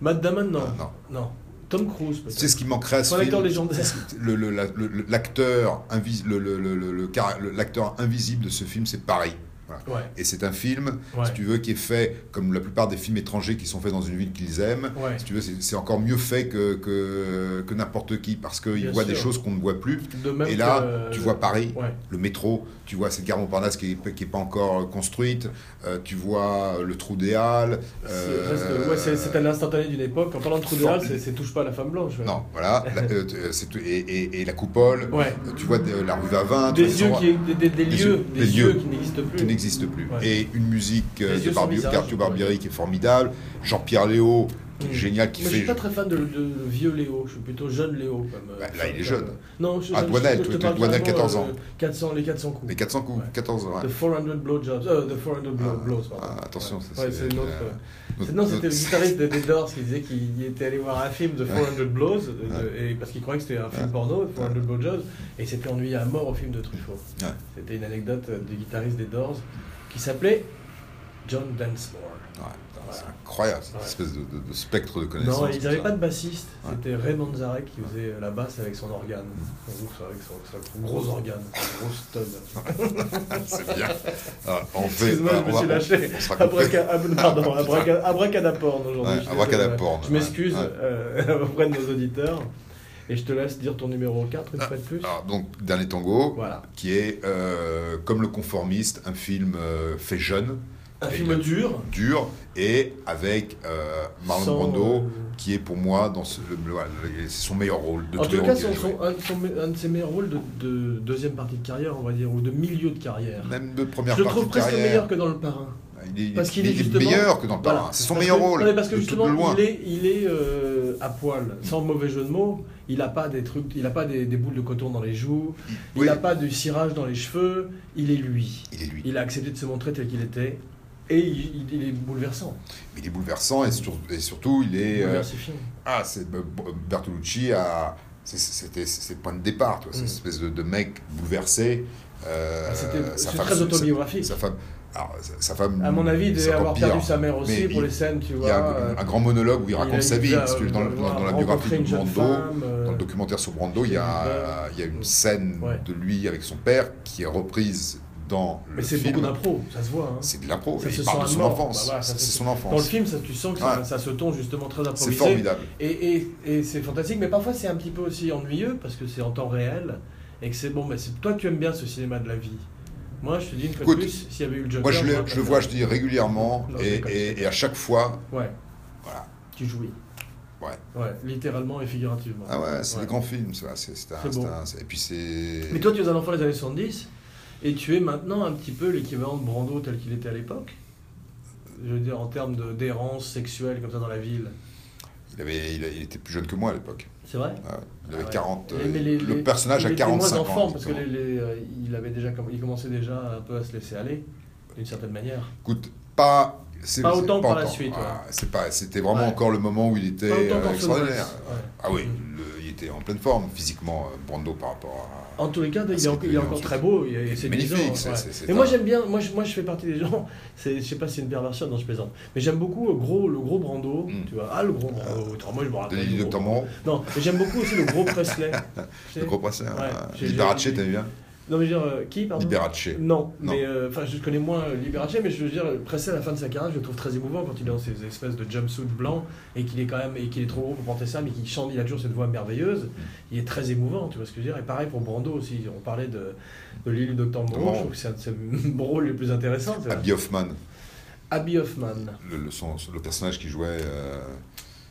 Matt Damon, non.
Ah, non.
Non. Tom Cruise, peut-être.
C'est ce qui manquerait à ce
Son acteur
film.
légendaire.
Le- le- la- le- le- L'acteur invis- le- le- le- le- le car- le- l'acteur invisible de ce film, c'est Paris. Voilà.
Ouais.
Et c'est un film,
Ouais.
si tu veux, qui est fait comme la plupart des films étrangers qui sont faits dans une ville qu'ils aiment.
Ouais.
Si tu veux, c'est c'est encore mieux fait que, que, que n'importe qui, parce qu'il
Bien
voit des
sûr.
choses qu'on ne voit plus.
De même
Et là,
que- euh,
tu vois Paris,
Ouais.
le métro, tu vois cette gare Montparnasse qui n'est pas encore euh, construite, euh, tu vois le trou des Halles.
C'est-
euh,
reste- ouais, c'est- c'est un instantané d'une époque. En parlant de trou de
Fort-
Halle, c'est c'est touche pas à la femme blanche. ouais.
Non, voilà, la- euh, t- euh, c'est tout- et, et- et la coupole,
Ouais.
euh, tu vois de- la rue Vavin, tu vois
Des
les
yeux
endroits-
qui, des, des- des
Des
lieux,
yeux.
des
Des
lieux
lieux.
qui n'existent n'existe plus.
qui n'existe plus.
Ouais.
Et une musique euh,
Les
de
yeux sans
Barbieri,
visage,
Carpio
ouais.
Barbieri qui est formidable, Jean-Pierre Léo, qui est
Mm.
génial, qui
Mais je suis
fait...
pas très fan de, de vieux Léo, je suis plutôt jeune Léo. Comme, euh,
Bah, là, il est
comme,
jeune.
euh, non, je,
Ah,
je- je-
Douanel,
je
toi,
te
t'es
parle
Douanel,
vraiment,
14 ans.
euh, 400, les 400 coups.
Mais 400 coups,
Ouais.
14 ans. hein.
The 400 blowjobs, euh, the 400 blow- blows, pardon.
Ah, attention, ça,
Ouais,
c'est-
c'est une autre.
euh,
euh, c'est- Non, c'était le guitariste des des Doors qui disait qu'il était allé voir un film de 400 Blows euh, de- et parce qu'il croyait que c'était un film
Ouais.
porno, 400 Blowjobs, et il s'était ennuyé à mort au film de Truffaut.
Ouais.
C'était une anecdote euh, du guitariste des Doors qui s'appelait John Densmore.
Ouais, putain, C'est incroyable, cette
Ouais.
espèce de, de- de spectre de connaissances.
Non, ils
comme
n'avaient
ça.
pas de bassiste,
Ouais. Mm.
c'était Ray Manzarek qui faisait euh, la basse avec son organe, son, gros- avec son, son gros organe, son gros stud.
C'est bien. Ah, on fait.
Excuse-moi,
ah, on
je me
va-
suis lâché.
On sera coupé.
Abraca- ab- Pardon, abraca- abracadaporn aujourd'hui.
Ouais,
je suis
abracadaporn,
désolé. Je m'excuse
ouais.
euh, auprès de nos auditeurs. Et je te laisse dire ton numéro 4
Ah.
une fois de plus.
Alors, donc, dernier tango,
Voilà.
qui est euh, comme Le Conformiste, un film euh, fait jeune,
Un
Et
film
le-
dur.
dur, et avec euh, Marlon
sans,
Brando,
euh,
qui est pour moi dans ce, le- le- voilà, le- c'est son meilleur rôle de
En
tous les
tout cas,
rôles qu'il
son,
a joué.
son- un, de son- un de ses meilleurs rôles de, de deuxième partie de carrière, on va dire, ou de milieu de carrière.
Même de première
Je le
partie
trouve
de
presque
carrière.
meilleur que dans le parrain.
Il est,
Parce qu'il est
il est
justement-
meilleur que dans le
Voilà.
parrain. C'est son
Parce
meilleur
que-
rôle.
non, mais parce que
de tout de
justement,
loin.
il est, il est euh, à poil, sans mauvais jeu de mots. Il n'a pas des trucs, il a pas des, des boules de coton dans les joues. Il
Oui,
n'a pas du cirage dans les cheveux. Il est lui.
il est lui.
Il a accepté de se montrer tel qu'il était. Et il, il- il est bouleversant,
Il est bouleversant et, sur- et surtout, il est. euh,
bouleversifiant.
Ah, c'est B- B- Bertolucci a. c'est- C'était c'est le point de départ, toi.
Mm.
cette espèce de, de mec bouleversé. euh,
Ah, c'était-
sa
c'est
femme-
très
sa-
autobiographique.
Sa, femme, alors, sa, sa femme.
À mon avis, il devait
c'est
avoir
encore pire.
perdu sa mère aussi
Mais
pour
il-
les scènes, tu
Il
vois.
y a un, un grand monologue où il
Il
raconte
a
sa
eu
vie,
la-
parce que dans, le- dans- dans la
rencontrer
biographie
une
de
jeune
Brando,
femme, euh,
dans le documentaire sur Brando, il y a, il y a une
Mm.
scène
Ouais.
de lui avec son père qui est reprise dans le
Mais c'est
film.
beaucoup d'impro, ça se voit. hein.
C'est de l'impro.
Ça
et
se
Il parle
sent
de
à
son
mort.
enfance.
Bah voilà, ça
c'est
se-
son
Dans le
enfance.
film, ça, tu sens que ça,
Ouais.
ça se ton justement très
C'est
improvisé.
formidable.
Et, et- et c'est fantastique, mais parfois c'est un petit peu aussi ennuyeux parce que c'est en temps réel et que c'est bon, mais c'est- toi tu aimes bien ce cinéma de la vie. Moi je te dis une fois de
Écoute,
plus, s'il y avait eu le Joker.
Moi, je le,
j'aurais
je le
préféré.
vois, je dis régulièrement,
Non,
et,
d'accord.
et- et à chaque fois,
Ouais,
voilà.
tu jouis.
Ouais.
Ouais, littéralement et figurativement.
Ah ouais, c'est
Ouais.
des grands films, ça. C'est c'est un,
C'est
c'est
beau.
un- c'est- et puis c'est.
Mais toi tu es un enfant des années 70 et tu es maintenant un petit peu l'équivalent de Brando tel qu'il était à l'époque. Je veux dire en termes de- d'errance sexuelle comme ça dans la ville.
il, avait, il, il était plus jeune que moi à l'époque.
C'est vrai
Ouais, il
Ah
avait
ouais.
40.
Les-
euh,
mais les-
le
les-
personnage
il
a
était
45
moins enfant,
ans.
parce que
exactement.
les- les, euh, il avait déjà comm- il commençait déjà un peu à se laisser aller d'une certaine manière.
Écoute, pas. c'est-
Pas
c'est
autant par la
encore.
suite, ouais.
Ah, c'est pas- C'était vraiment
Ouais.
encore le moment où il était
Pas autant
euh,
qu'Orson
extraordinaire.
Welles, ouais.
Ah oui,
Mm.
le- il était en pleine forme physiquement, euh, Brando, par rapport à.
En tous les cas, il
Parce
est, en-
qu'il
il est
devient
encore
ensuite-
très beau. il est-
il est
c'est
magnifique,
séduisant,
c'est-
ouais.
c'est- c'est
Mais moi,
un-
j'aime bien. Moi, je, moi, je fais partie des gens. C'est, je sais pas si c'est une perversion, non, je plaisante. Mais j'aime beaucoup euh, gros, le gros Brando.
Mm.
Tu vois, ah, le gros Brando. autrement, moi, je me rappelle.
Denis
du gros
Docteur
Ah, Brando.
Moreau,
Non, mais j'aime beaucoup aussi le gros Presley. Tu
le
sais
gros passé. hein.
Ouais, j'ai-
Liberace,
j'ai-
t'as vu bien
Non, mais je veux dire, euh, qui, pardon
Liberace.
Non,
Non.
mais euh, enfin, je connais moins euh, Liberace, mais je veux dire, Presley à la fin de sa carrière, je le trouve très émouvant quand il est dans ces espèces de jumpsuit blanc et qu'il est quand même et qu'il est trop gros pour porter ça, mais qu'il chante, il a toujours cette voix merveilleuse. Il est très émouvant, tu vois ce que je veux dire. Et pareil pour Brando aussi. On parlait de, de l'île du Docteur Moreau.
Moreau.
Je trouve que c'est un de ses rôles les plus intéressants. c'est vrai.
Abby Hoffman,
Abby Hoffman.
le, le, son- le personnage qui jouait. euh,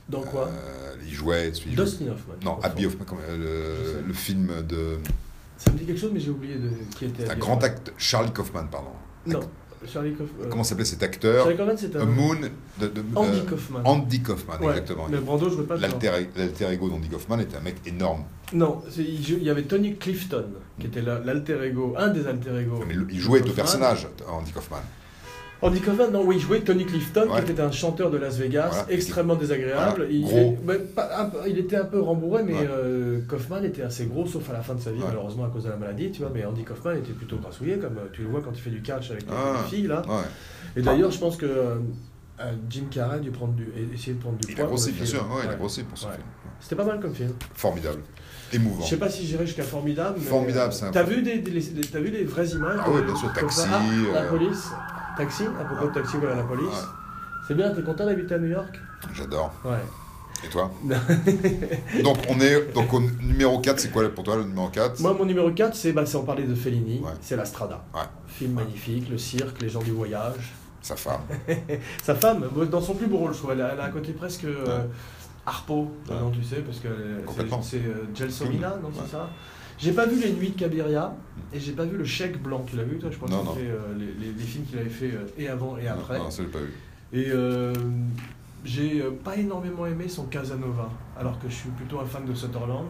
Dans quoi
Euh, Il jouait. celui-
Dustin Hoffman.
Non, Abby Hoffman, comment-
Je
euh,
sais.
le, le film de.
Ça me dit quelque chose, mais j'ai oublié de qui était.
Un
Abby
grand
Hoffman.
acteur. Charlie Kaufman, pardon.
Non, Charlie Kaufman. euh,
Comment s'appelait cet acteur
Charlie Kaufman, c'est un.
A Moon. De, de-
Andy
euh,
Kaufman.
Andy Kaufman,
Ouais,
exactement.
Mais Brando jouait pas dedans.
L'alter e, l'alter ego d'Andy Kaufman était un mec énorme.
Non, c'est- il, jou- il y avait Tony Clifton, qui était la- l'alter ego, un des alter ego.
Mais le- il jouait
Oh. Kaufman.
au personnage, Andy Kaufman.
Andy Kaufman, non, oui, il jouait Tony Clifton,
Ouais.
qui était un chanteur de Las Vegas,
Voilà.
extrêmement désagréable.
Voilà.
Il,
Gros.
mais pas- un peu- il était un peu rembourré, mais
Ouais.
euh, Kaufman était assez gros, sauf à la fin de sa vie,
Ouais.
malheureusement, à cause de la maladie, tu vois. Mais Andy Kaufman était plutôt grassouillet, comme euh, tu le vois quand il fait du catch avec les
Ah.
filles, là.
Ouais.
Et d'ailleurs, je pense que euh, euh, Jim Carrey a dû prendre du, essayer de prendre du
Il
poids.
a
pour le
grossi, bien
film.
sûr. ouais, Il a
Ouais.
grossi pour ce
Ouais.
film.
C'était pas mal comme film.
Formidable. Émouvant.
Je sais pas si j'irai jusqu'à formidable. mais,
Formidable,
euh,
c'est un-
T'as vu des, des- les- des- t'as vu les vraies images
Ah
de-
oui, bien sûr,
de-
Taxi,
Ah, la
euh,
police, taxi. À propos de taxi, voilà la police.
Ouais.
C'est bien, t'es content d'habiter à New York
J'adore.
Ouais.
Et toi Donc, on est. Donc, au numéro 4, c'est quoi pour toi le numéro 4
Moi, mon numéro 4, c'est, bah, c'est on parlait de Fellini,
Ouais.
c'est La Strada.
Ouais.
Film magnifique, le cirque, les gens du voyage.
Sa femme.
Sa femme, bah, dans son plus beau rôle, je trouve, elle a, elle a un côté presque euh, Harpo,
Ouais.
non, tu sais, parce que
Complètement.
c'est, c'est euh, Gelsomina, non,
Ouais.
c'est ça J'ai pas vu Les Nuits de Cabiria et j'ai pas vu Le Chèque Blanc. Tu l'as vu, toi Je pense
Non,
que
non.
c'était euh, les, les- les films qu'il avait fait euh, et avant et
Non,
après.
Non, ça, j'ai pas vu.
Et euh, j'ai euh, pas énormément aimé son Casanova, alors que je suis plutôt un fan de Sutherland,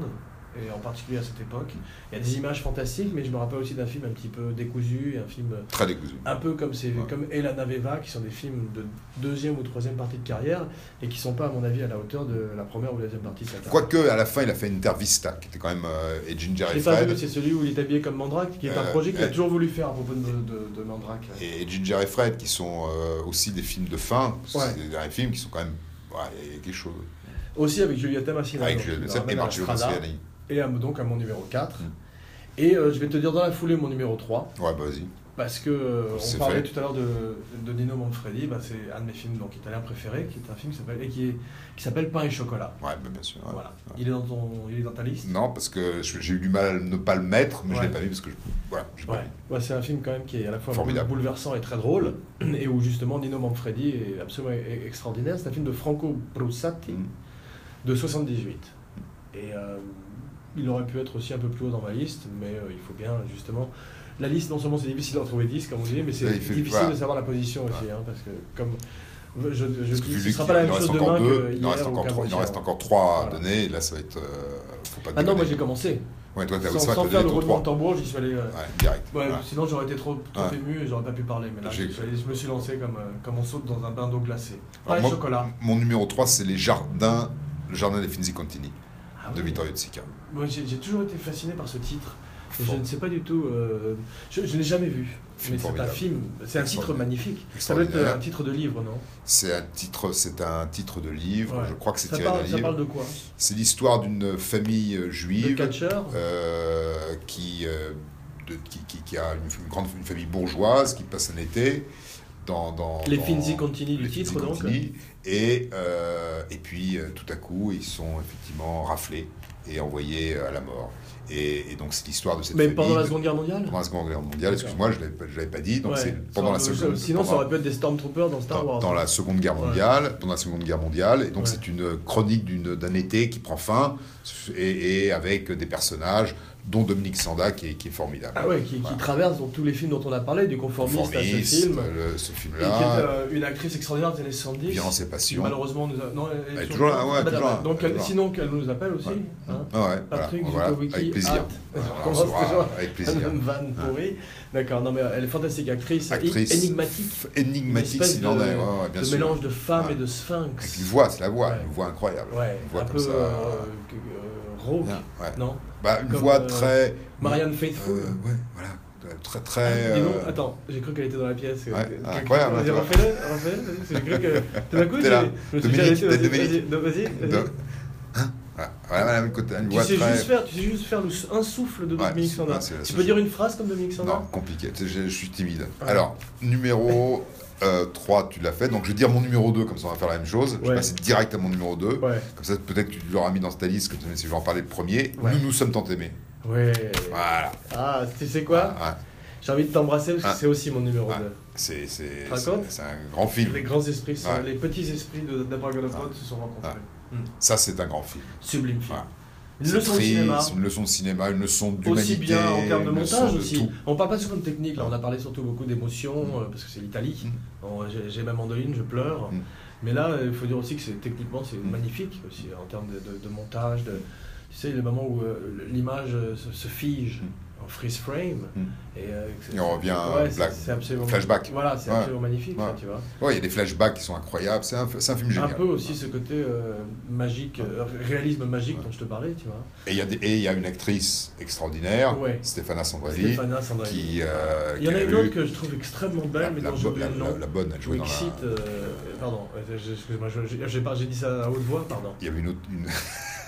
et en particulier à cette époque. Il y a des images fantastiques, mais je me rappelle aussi d'un film un petit peu décousu, un film
Très décousu.
un peu comme, c'est
Ouais.
comme Elana Veva, qui sont des films de deuxième ou troisième partie de carrière, et qui sont pas, à mon avis, à la hauteur de la première ou la deuxième partie de sa carrière.
Quoique, à la fin, il a fait une intervista qui était quand même. euh, et Ginger
Je
et
l'ai pas
Fred.
vu, c'est celui où il est habillé comme Mandrake, qui est un
Euh,
projet qu'il a
euh,
toujours voulu faire à propos de, de- de Mandrake.
Et Ginger et Fred, qui sont euh, aussi des films de fin.
Ouais.
C'est des derniers films qui sont quand même. ouais, Il y a quelque chose. Ah,
Aussi avec Julieta Massina.
Avec
donc,
Juliette
qui me
Binoche et
ramène à
Marcello
Strada.
Mastroianni.
et à- donc à mon numéro 4.
Mm.
Et euh, je vais te dire dans la foulée mon numéro 3,
Ouais, bah vas-y.
parce que euh, on
C'est
parlait
fait.
tout à l'heure de, de Nino Manfredi, bah, c'est un de mes films donc, italiens préférés, qui est un film qui s'appelle, et qui est- qui s'appelle Pain et Chocolat.
Ouais, bah, bien sûr. ouais.
Voilà. Il, est dans ton, il est dans ta liste
Non, parce que je- j'ai eu du mal à ne pas le mettre, mais je
Ouais.
l'ai pas vu parce que je. Voilà, j'ai pas
Ouais.
vu.
Ouais, c'est un film quand même qui est à la fois
Formidable.
bouleversant et très drôle, et où justement Nino Manfredi est absolument e- extraordinaire. C'est un film de Franco Brussati
Mm.
de 78. Et euh, il aurait pu être aussi un peu plus haut dans ma liste, mais euh, il faut bien justement. La liste, non seulement c'est difficile d'en trouver 10, comme on dit, mais c'est
Ouais, il fait-
difficile
voilà.
de savoir la position aussi, hein, parce que comme. Je, je, je
Parce que
dis,
vu
ce
qu'il-
sera pas la
il en
même chose
reste
demain
encore deux,
que
il en reste
hier ou
encore trois, il en
qu'avant-hier.
reste encore trois à
Voilà.
donner, et là ça va être. euh, faut pas
Ah non, moi
déconner.
j'ai commencé.
Ouais, toi t'as
Sans,
ça,
sans
t'as
faire
donné
le
ton
roulement de
3.
tambour, j'y suis allé. euh,
Ouais, direct.
Ouais,
Ouais.
Sinon j'aurais été trop, trop
Ouais.
ému et j'aurais pas pu parler. Mais là,
J'ai-
je, je me suis lancé comme, euh, comme on saute dans un bain d'eau glacée.
Alors,
Pas
moi-
de chocolat.
Mon numéro 3, c'est les jardins, le jardin des Finzi Contini
Ah
de
oui.
Vittorio De Sica.
Moi j'ai j'ai toujours été fasciné par ce titre. Et Je
Fort.
ne sais pas du tout. euh, je je ne l'ai jamais vu.
Film
Mais c'est un
formidable.
film. C'est un titre
Extraordinaire.
magnifique. Ça doit être euh,
Extraordinaire.
un titre de livre, non
C'est un titre, c'est un titre de livre.
Ouais.
Je crois que c'est
ça
tiré
parle,
d'un
ça
livre.
parle de quoi
C'est l'histoire d'une famille
De
juive
catcheur
euh, qui, euh, de- qui, qui- qui a une, une grande une famille bourgeoise qui passe un été dans, dans
Les
dans-
Finzi Contini du
les
titre,
Finzi
donc.
Contini. Et euh, et puis euh, tout à coup ils sont effectivement raflés et envoyés à la mort. Et, et donc c'est l'histoire de cette
Mais
famille.
pendant la
de-
Seconde Guerre mondiale
Pendant la Seconde Guerre mondiale,
D'accord.
excuse-moi, je ne l'avais pas dit, donc
Ouais.
c'est pendant la
Ça-
Seconde
Sinon, ça
pendant-
aurait pu être des Stormtroopers dans Star
dans,
Wars.
dans la Seconde Guerre mondiale, pendant la Seconde Guerre mondiale, et donc
Ouais.
c'est une chronique d'une- d'un été qui prend fin, et, et avec des personnages, dont Dominique Sanda, qui est, qui est formidable.
Ah ouais, qui, qui
Voilà.
traverse donc tous les films dont on a parlé, du conformiste, à ce
Conformiste,
film.
euh, le- ce
Et qui est
film-là,
euh, une actrice extraordinaire des années 70.
Violence et Passion.
Malheureusement, nous a... non,
Elle est toujours là, ouais,
Ah, bah,
toujours
bah,
là,
Donc,
elle est
euh,
toujours là.
sinon qu'elle nous appelle aussi.
Ouais.
hein.
Ah ouais, voilà,
Patrick
voilà,
Zukovicki,
avec plaisir.
hâte.
Voilà,
On
on
commence
saura,
toujours
avec
la
plaisir.
même vanne pourrie. D'accord, non mais elle est fantastique, actrice,
Actrice.
énigmatique, Une
Énigmatique,
espèce
s'il en
de-
est, ouais, ouais, bien
de
sûr.
mélange de femme
Ouais.
et de
Avec
sphinx.
une voix, c'est la voix,
Ouais.
une voix incroyable.
Ouais,
Une voix
un
comme
peu
ça.
euh, que- euh, rauque,
Bien, ouais.
non
Bah, une
comme,
voix
euh,
très.
Marianne
euh,
Faithfull.
ouais, voilà. Euh, Très, très.
Dis donc,
euh,
attends, j'ai cru qu'elle était dans la pièce.
Ouais,
Quelqu'un-
ah, incroyable,
Vas-y,
tu vois.
refais-le, refais-le. parce que J'ai cru que. Tout d'un coup,
T'es
j'ai-
là.
je me suis
Dominique,
arrêté,
t'es
vas-y,
Dominique.
vas-y, Vas-y, vas-y.
de- Hein Voilà, voilà, voilà, une côte- une
Tu
voix
sais,
très.
juste faire, tu sais juste faire le s- un souffle de
Ouais,
Dominique
c'est-
Sanda.
ouais, c'est la
Tu
seule
peux
chose.
dire une phrase comme Dominique
Non,
Sanda
compliqué. Tu sais, Je, je suis timide.
Ouais.
Alors, numéro 3, tu l'as fait. Donc, je vais dire mon numéro 2, comme ça, on va faire la même chose. Je
Ouais.
vais passer direct à mon numéro 2.
Ouais.
Comme ça, peut-être que tu l'auras mis dans ta liste, comme ça, mais si je vais en parler le premier.
Ouais.
Nous nous sommes tant aimés.
Ouais.
Voilà.
Ah, tu sais quoi
Ouais.
J'ai envie de t'embrasser parce que
Ah.
c'est aussi mon numéro
Ah.
2.
C'est c'est-
Raconte.
c'est- c'est un grand
Les
film.
grands esprits, sont-
Ouais.
les petits esprits de- d'Abracadabra se sont rencontrés.
Ça, c'est un grand film.
Sublime film.
Ouais.
Une
C'est
leçon de
triste,
cinéma.
Une leçon de cinéma, une leçon d'humanité.
Aussi bien en termes de
une leçon
montage
de
aussi.
tout.
On parle pas souvent de technique, là on a parlé surtout beaucoup d'émotions,
Mm.
euh, parce que c'est l'Italie.
Mm.
Bon, j'ai- J'ai ma mandoline, je pleure.
Mm.
Mais là, il faut dire aussi que c'est techniquement c'est
Mm.
magnifique aussi en termes de, de- de montage. De, tu sais, le moment où euh, l'image euh, se, se fige en freeze frame.
Mm.
Et, euh, que c'est-
Et on revient,
ouais,
euh,
c'est-
black-
c'est absolument,
flashback.
Voilà, c'est
Ouais.
absolument magnifique, ça,
Ouais.
tu vois.
Ouais, il y a des flashbacks qui sont incroyables. C'est un, c'est un film génial.
Un peu aussi ce côté euh, magique, euh, réalisme magique
Ouais.
dont je te parlais, tu vois.
Et il y, a des- et il y a une actrice extraordinaire,
Ouais.
Stéphana Sandrelli,
Stéphana Sandrelli.
qui. euh,
Il y en
qui
a une
eu
autre que je trouve extrêmement belle,
la,
mais
la
dont j'ai
bo-
oublié
la-
le nom.
la- la bonne, elle jouait dans la-
Mixit, euh, pardon, euh, je- excuse-moi, je- je- j'ai pas- j'ai dit ça à haute voix, pardon.
Il y avait une autre. une-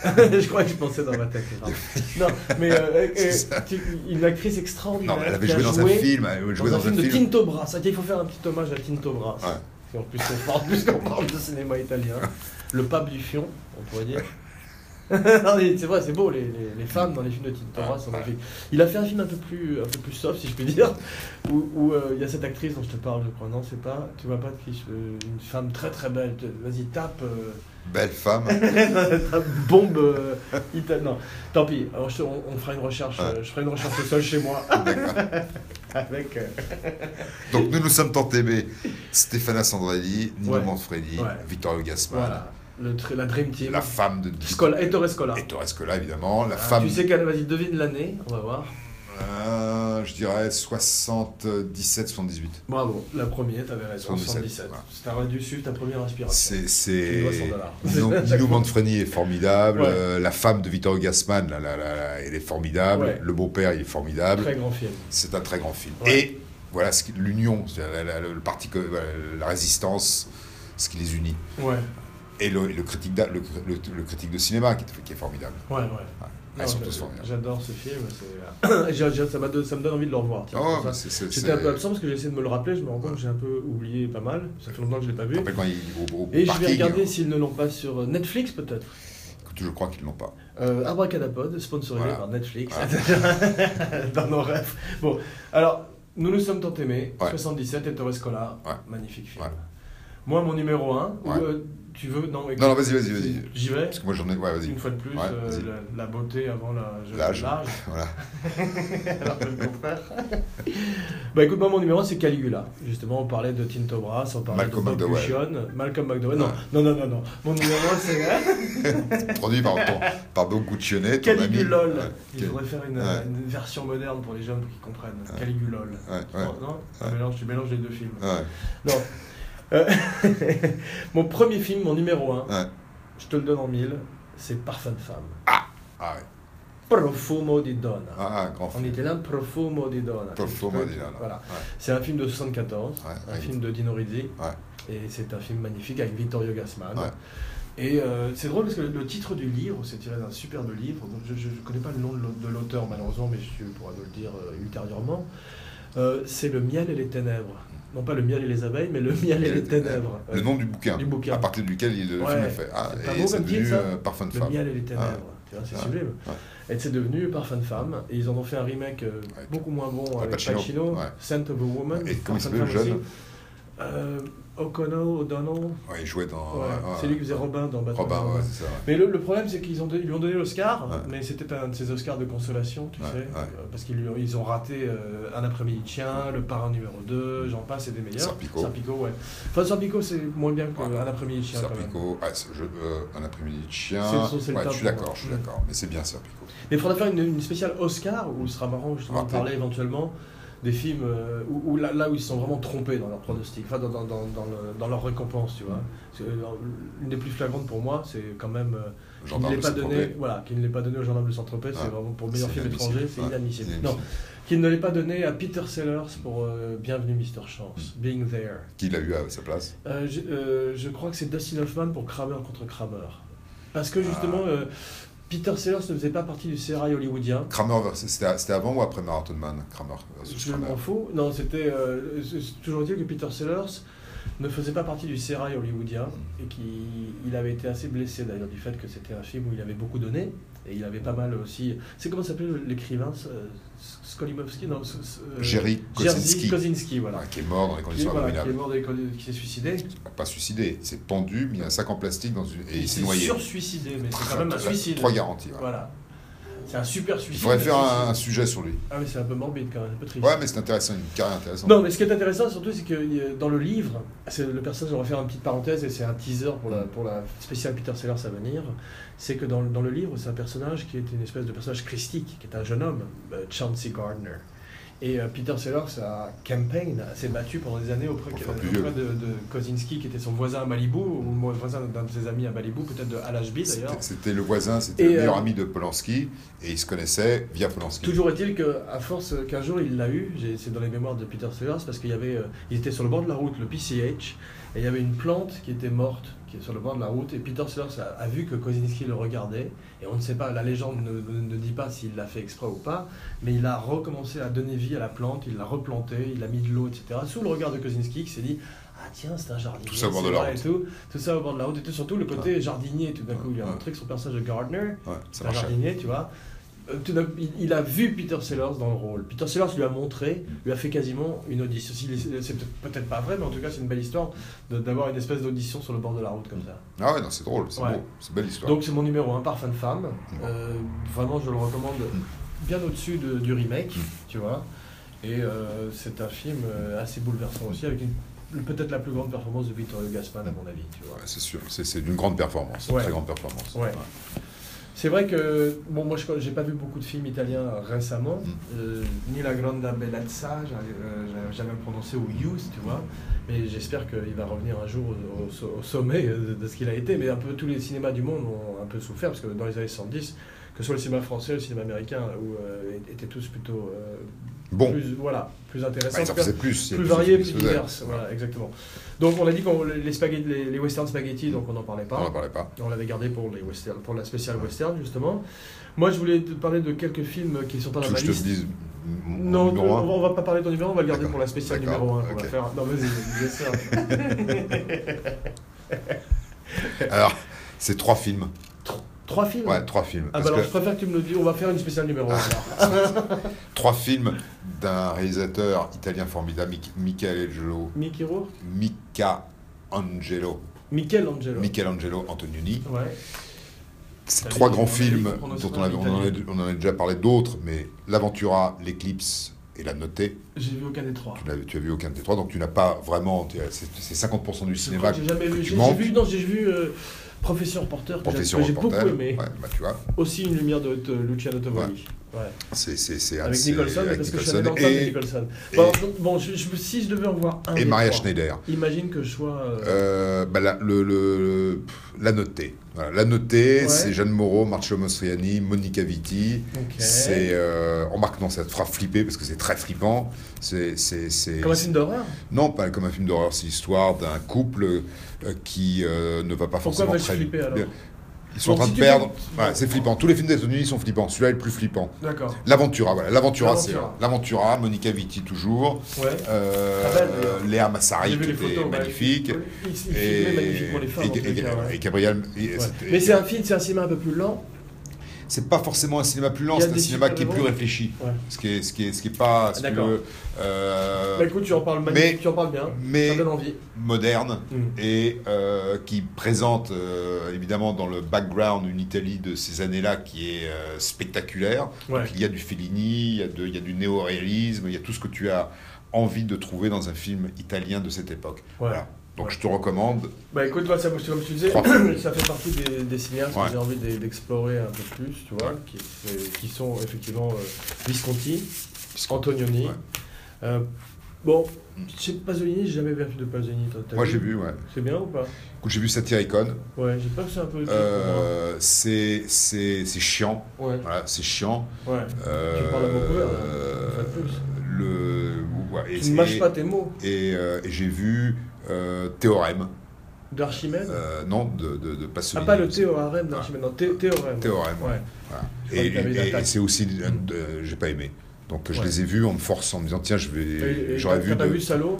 je crois que je pensais dans ma tête. pardon. Non, mais euh, euh,
C'est ça.
tu- une actrice extraordinaire.
Non, elle avait
qui a
joué dans un film. Elle avait
dans
joué
un
dans
film de Tinto Brass. Ah, tiens, Il faut faire un petit hommage à Tinto Brass.
Ouais.
Et en plus, on parle, plus qu'on parle de cinéma italien. Le pape du Fion, on pourrait dire. Non, mais c'est vrai, c'est beau, les, les- les femmes dans les films de Tinto Brass sont magnifiques. Il a fait un film un peu plus, un peu plus soft, si je puis dire, où où, euh, il y a cette actrice dont je te parle, je crois. Non, c'est pas. Tu vois pas de qui je- Une femme très très belle. Vas-y, tape. euh,
Belle femme.
Ta bombe euh, italienne. Non, tant pis. Alors, je- on, on fera une recherche.
Ouais.
euh, je ferai une recherche au sol chez moi.
D'accord.
Avec. euh,
Donc nous nous sommes tentés, mais Stéphana Sandrelli, Nino
Ouais.
Manfredi,
Ouais.
Vittorio Gassman,
voilà. Le, tr- la Dream Team.
la femme de
Scola, Ettore Scola.
Et Torrescola, évidemment, la
Ah,
femme.
Tu sais qu'elle vas-y, devine l'année. On va voir.
Euh, je dirais 77-78.
Bravo. La première, t'avais raison.
77,
77.
voilà.
T'aurais dû suivre ta première inspiration.
C'est.
Tu
c'est-
dois 100 dollars.
Nino,
À chaque
Nino
fois.
Manfredi est formidable,
Ouais.
euh, la femme de Vittorio Gassman, là, là, là, là, elle est formidable,
Ouais.
le beau-père il est formidable.
Très grand film.
C'est un très grand film.
Ouais.
Et voilà ce qui- l'union, c'est-à-dire la, la- le parti, que- voilà, la résistance, ce qui les unit.
Ouais.
Et le, le critique, d'a- le, le- le critique de cinéma qui, est- qui est formidable.
Ouais, ouais.
Ah, ils sont
Non,
tous
je-
formidables.
J'adore ce film. c'est- J'ai- j'ai- ça, m'a don- ça me donne envie de le revoir. tiens,
Oh,
comme ça.
c'est- c'est-
J'étais
c'est-
un peu absent parce que j'ai essayé de me le rappeler. Je me rends compte que j'ai un peu oublié pas mal. Ça fait longtemps que je l'ai pas vu.
Je rappelle quand il, au, au
Et je
Ah, parking,
vais regarder s'ils ne l'ont pas sur Netflix peut-être.
écoute, je crois qu'ils l'ont pas.
Euh, Abracadapod, sponsorisé
Voilà.
par Netflix. Dans nos rêves. Bon, alors, nous nous sommes tant aimés.
Ouais.
77 et Torres Cola.
Ouais.
Magnifique film.
Ouais.
Moi, mon numéro 1.
Ouais.
tu veux Non, écoute,
Non, non, vas-y, vas-y, vas-y.
J'y vais.
Parce que moi j'en ai. Ouais, vas-y.
Une fois de plus,
Ouais,
euh,
vas-y.
la, la beauté avant la- je-
L'âge.
l'âge.
Voilà.
Alors que le contraire. bah écoute, moi mon numéro c'est Caligula. Justement, on parlait de Tinto Brass, on parlait
Malcolm
de Bob
McDowell.
Lucian, Malcolm McDowell.
Ouais.
Non, non, non, non, non. Mon numéro c'est
Produit par, ton, par Bob Guccionet, ton ami.
Caligulol.
Ouais,
Il faudrait faire une,
Ouais.
une version moderne pour les jeunes pour qu'ils comprennent. Caligulol.
Ouais, ouais.
Non, non Tu mélanges- tu mélanges les deux films.
Ouais,
Non. Euh, mon premier film, mon numéro 1,
ouais.
je te le donne en mille, c'est Parfum de femme.
Ah, ouais.
Profumo di donna.
ah, grand
On
film.
était là, Profumo di Donna.
Profumo di Donna.
Voilà.
Ouais.
C'est un film de 74,
Ouais,
un
ouais.
film de Dino Rizzi.
Ouais.
Et c'est un film magnifique avec Vittorio Gassman.
Ouais.
Et euh, c'est drôle parce que le titre du livre, c'est tiré d'un superbe livre. Donc je ne connais pas le nom de l'au- de l'auteur malheureusement, mais tu pourras nous le dire euh, ultérieurement. Euh, c'est Le miel et les ténèbres. Non pas le miel et les abeilles, mais le miel et les ténèbres.
Le
Euh,
nom du bouquin,
du bouquin.
à partir duquel il, le
Ouais.
film est fait. Ah,
C'est pas
et
beau
c'est
comme titre,
devenu
ça
euh, Parfum de
le
femme. Ah.
miel et les ténèbres. Tu vois, c'est
Ouais.
sublime. Et c'est devenu Parfum de femme. Et ils en ont fait un remake euh,
Avec-
beaucoup moins bon avec
Pacino.
Pacino,
Ouais.
Scent of a Woman.
Et comment il
Parfum
s'appelle,
de femme
le
aussi. Euh, O'Connell, O'Donnell.
Ouais, il jouait dans.
Ouais,
ouais,
c'est lui qui faisait Robin dans Batman.
Robin, ouais, c'est ça. ouais.
Mais le, le problème, c'est qu'ils ont don- ils lui ont donné l'Oscar,
Ouais.
mais c'était un de ces Oscars de consolation, tu
Ouais,
sais,
ouais.
euh, parce qu'ils lui ont- ils ont raté euh, Un après-midi tien, Le parrain numéro 2, j'en passe, et des meilleurs.
Serpico.
Serpico, ouais. Enfin, Serpico, c'est moins bien qu'un
Ouais.
après-midi tien, quand même.
Serpico, ah, c'est- je- euh, un après-midi de
C'est le
chien.
son, c'est le
Ouais, je
top
suis
pour
d'accord,
moi.
je suis
Mm.
d'accord. Mais c'est bien Serpico.
Mais il faudra faire une, une spéciale Oscar où ce sera marrant justement de
Raté.
parler éventuellement des films euh, où, où là, là où ils se sont vraiment trompés dans leur pronostic, enfin dans, dans, dans, dans, le- dans leur récompense, tu vois.
Mm.
Parce que, euh, Une des plus flagrantes pour moi, c'est quand même euh, qu'il ne
Gendarme
l'ait
de
pas donné,
Saint-Tropez.
voilà, qu'il ne l'ait pas donné au gendarme de Saint-Tropez,
Ouais.
c'est vraiment pour le meilleur
C'est
film
inadmissible.
étranger, c'est
Ouais,
inadmissible.
c'est
Non, qu'il ne l'ait pas donné à Peter Sellers pour euh, Bienvenue Mr.
Mm.
Chance, Being There.
Qui l'a eu à sa place
Euh, je, euh, je crois que c'est Dustin Hoffman pour Kramer contre Kramer. Parce que
Ah.
justement, euh, Peter Sellers ne faisait pas partie du sérail hollywoodien.
Kramer, versus- c'était c'était avant ou après Marathon Man Kramer versus
Je
Kramer.
m'en fous. Non, c'était euh, c'est- c'est toujours dire que Peter Sellers ne faisait pas partie du sérail hollywoodien et qu'il avait été assez blessé d'ailleurs du fait que c'était un film où il avait beaucoup donné et il avait pas mal aussi. C'est comment s'appelait l'écrivain euh, Skolimowski Non, s- s- euh,
Jerry
Jerzy
Kosinski,
Kosinski, voilà.
voilà, qui est mort dans des
Qui, est-
conditions
voilà, qui est
abominables.
mort, des- qui s'est suicidé.
Pas suicidé, il s'est pendu, mis un sac en plastique dans une... et il s'est
s'est
noyé.
sur-suicidé, mais c'est quand même un
Trois-
suicide.
Trois garanties. ouais.
Voilà. C'est un super
Il
suicide.
faudrait
mais
faire un, un
suicide.
sujet sur lui.
Ah, mais c'est un peu morbide quand même, un peu triste.
Ouais, mais c'est intéressant, une carrière intéressante.
Non, mais ce qui est intéressant surtout, c'est que euh, dans le livre, c'est le personnage, on va faire une petite parenthèse et c'est un teaser pour la, pour la spéciale Peter Sellers à venir. C'est que dans, le- dans le livre, c'est un personnage qui est une espèce de personnage christique, qui est un jeune homme, euh, Chauncey Gardner. Et euh, Peter Sellers a campaign, s'est battu pendant des années auprès,
Pour faire plus
auprès de, de Kosinski, qui était son voisin à Malibu, ou voisin d'un de ses amis à Malibu, peut-être de Al Ashby d'ailleurs.
C'était- C'était le voisin, c'était le
Et,
meilleur
euh,
ami de Polanski, et ils se connaissaient via Polanski.
Toujours est-il qu'à force euh, qu'un jour il l'a eu, j'ai- c'est dans les mémoires de Peter Sellers, parce qu'il y avait, euh, il était sur le bord de la route, le PCH, et il y avait une plante qui était morte, qui est sur le bord de la route, et Peter Sellers a, a vu que Kosinski le regardait, et on ne sait pas, la légende ne, ne- ne dit pas s'il l'a fait exprès ou pas, mais il a recommencé à donner vie à la plante, il l'a replantée, il a mis de l'eau, etc. Sous le regard de Kosinski qui s'est dit, ah tiens, c'est un jardinier,
Tout ça au bord
c'est
de la
vrai,
route.
et tout, tout ça au bord de la route, et tout, surtout le côté jardinier, tout d'un coup il lui a
Ouais.
montré que son personnage de Gardner,
Ouais, ça
un
marchait.
jardinier, tu vois, euh, tout d'un- il- il a vu Peter Sellers dans le rôle. Peter Sellers lui a montré, lui a fait quasiment une audition. Si les- C'est peut- peut-être pas vrai, mais en tout cas, c'est une belle histoire de- d'avoir une espèce d'audition sur le bord de la route comme ça.
Ah ouais, non, c'est drôle, c'est
Ouais.
beau, c'est belle histoire.
Donc, c'est mon numéro 1 Parfum de Femme. Euh, vraiment, je le recommande bien au-dessus de- du remake,
Mm.
tu vois. Et euh, c'est un film euh, assez bouleversant aussi, avec une- peut-être la plus grande performance de Vittorio Gassman, à mon avis, tu vois.
Ouais, c'est sûr, c'est c'est d'une grande performance, une
Ouais.
très grande performance.
Ouais. C'est vrai que, bon, moi, je n'ai pas vu beaucoup de films italiens récemment,
Mm.
euh, ni La Grande Bellezza, j'arrive- euh, j'arrive jamais à le prononcer, ou Youth, tu vois, mais j'espère qu'il va revenir un jour au, au so- au sommet euh, de ce qu'il a été, mais un peu tous les cinémas du monde ont un peu souffert, parce que dans les années 70, que ce soit le cinéma français, le cinéma américain, où, euh, étaient tous plutôt euh,
Bon,
plus, voilà, plus intéressants,
bah, ils en faisaient plus. il y a
plus
de
variés,
choses
plus
qui se faisaient.
divers, voilà, exactement. Donc on a dit qu'on les, spaghetti- les, les western spaghetti, donc on n'en parlait
On
pas.
n'en parlait pas.
On l'avait gardé pour, les western, pour la spéciale western, justement. Moi, je voulais te parler de quelques films qui ne sont pas
Tu
dans
veux
ma
que je te
liste.
dise mon
Non,
numéro
on, va,
un
on va pas parler de ton numéro, on va le garder
D'accord.
pour la spéciale
D'accord,
numéro 1 qu'on
ok.
va faire. Non, vas-y, bien sûr.
Alors, c'est trois films.
Trois films
Ouais, trois films.
Ah
Parce
bah alors,
que- Ah.
je préfère que tu me le dises, on va faire une spéciale numéro 1.
Trois films d'un réalisateur italien formidable, Mich- Michelangelo,
Mikiro
Michelangelo,
Michelangelo.
Michelangelo Antonioni.
ouais.
C'est
T'avais
trois
dit-
grands
on avait dit
films
qu'on prononçait
dont
pas
on, avait- on en
l'italien.
a- on en a déjà parlé d'autres, mais L'Aventura, L'Éclipse et La Notée.
J'ai vu aucun des trois.
Tu, n'as- tu as vu aucun des trois, donc tu n'as pas vraiment. t'es- C'est c'est 50% du
Je
cinéma
crois que j'ai jamais
que
vu.
tu
J'ai j'ai
manques.
vu, non, j'ai vu euh, Professeur Porter, que j'ai-
Profession
que j'ai beaucoup
Reporter.
aimé.
Ouais, bah, tu vois,
Aussi une lumière de, de Luciano Tavoli. Ouais.
c'est c'est- c'est un de
Avec
ces-
Nicholson,
avec
parce que je suis allé
Nicholson
dans le temps de
et,
Nicholson.
et-
Bon, donc, bon, je, je- si je devais en voir un.
et
des
Maria
trois,
Schneider.
Imagine que je sois. euh,
Euh, bah, la, le, le- pff, la notée. Voilà, la notée,
Ouais.
c'est Jeanne Moreau, Marcello Mastroianni, Monica Vitti.
ok.
C'est, euh, remarque, non, ça te fera flipper parce que c'est très flippant. C'est, c'est, c'est-
Comme un film d'horreur.
Non, pas comme un film d'horreur, c'est l'histoire d'un couple euh, qui euh, ne va pas
Pourquoi
forcément
vais-je
très
flipper alors
bien. Ils sont en
Donc,
train
si
de
tu
perdre.
veux-
Voilà, c'est flippant. Tous les films des États-Unis sont flippants. Celui-là est le plus flippant.
D'accord.
L'Aventura, voilà. L'Aventura, c'est
L'Aventura.
l'Aventura. Monica Vitti toujours.
Ouais.
Euh,
Très belle, Ah ben, d'ailleurs.
Léa Massari
J'ai
qui
vu les
était
photos. ouais.
magnifique.
Il, il filmait magnifiquement les femmes. en
Et,
tout
et,
cas, ouais.
et Gabriel. et-
Ouais.
c'était-
Mais c'est un film, c'est un cinéma un peu plus lent.
c'est pas forcément un cinéma plus lent,
Il y a
c'est un
des
cinéma qui est plus
super-héros.
réfléchi.
Ouais.
Ce qui est, ce qui est, ce qui est pas. ce
D'accord.
que, euh,
Bah écoute, tu en parles magnifique,
mais-
tu en parles bien.
mais
Ça donne envie.
moderne
Mm.
et euh, qui présente euh, évidemment dans le background une Italie de ces années-là qui est euh, spectaculaire.
Ouais.
Donc, il y a du Fellini, il y a, de- il y a du néo-réalisme, il y a tout ce que tu as envie de trouver dans un film italien de cette époque.
Voilà.
Voilà. Donc je te recommande.
Bah écoute, moi, ça, comme tu disais,
Trois.
ça fait partie des, des cinéastes
Ouais.
que j'ai envie d'e- d'explorer un peu plus, tu vois,
Ouais.
qui, euh, qui sont effectivement euh, Visconti, Antonioni.
Ouais.
Euh, bon,
Mm.
chez Pasolini, j'ai jamais vu un film de Pasolini. toi, t'as
Moi
vu
j'ai vu, ouais.
C'est bien ou pas
Écoute, J'ai vu Satyricon.
Ouais, j'ai peur que c'est un peu.
Euh, c'est c'est- c'est chiant.
pour moi. Ouais,
Voilà, c'est chiant.
ouais.
Euh,
parles à mon couvert, là,
euh,
une fois de plus.
le, ouais, et-
Tu ne mâches
et-
pas tes mots
Et, euh, et j'ai vu euh, Théorème,
d'Archimède.
euh, non, de, de, de
ah,
Pasolini.
pas le théorème d'Archimède, non, thé- théorème.
Théorème,
Ouais.
voilà.
Je
Et,
croyais que t'avais
et-
la
et
taxe.
c'est aussi, euh, de- j'ai pas aimé. Donc je
Ouais.
les ai vus en me forçant, en me disant tiens, je
Et-
vais,
et
j'aurais
t'as-
vu.
T'as
de-
vu Salo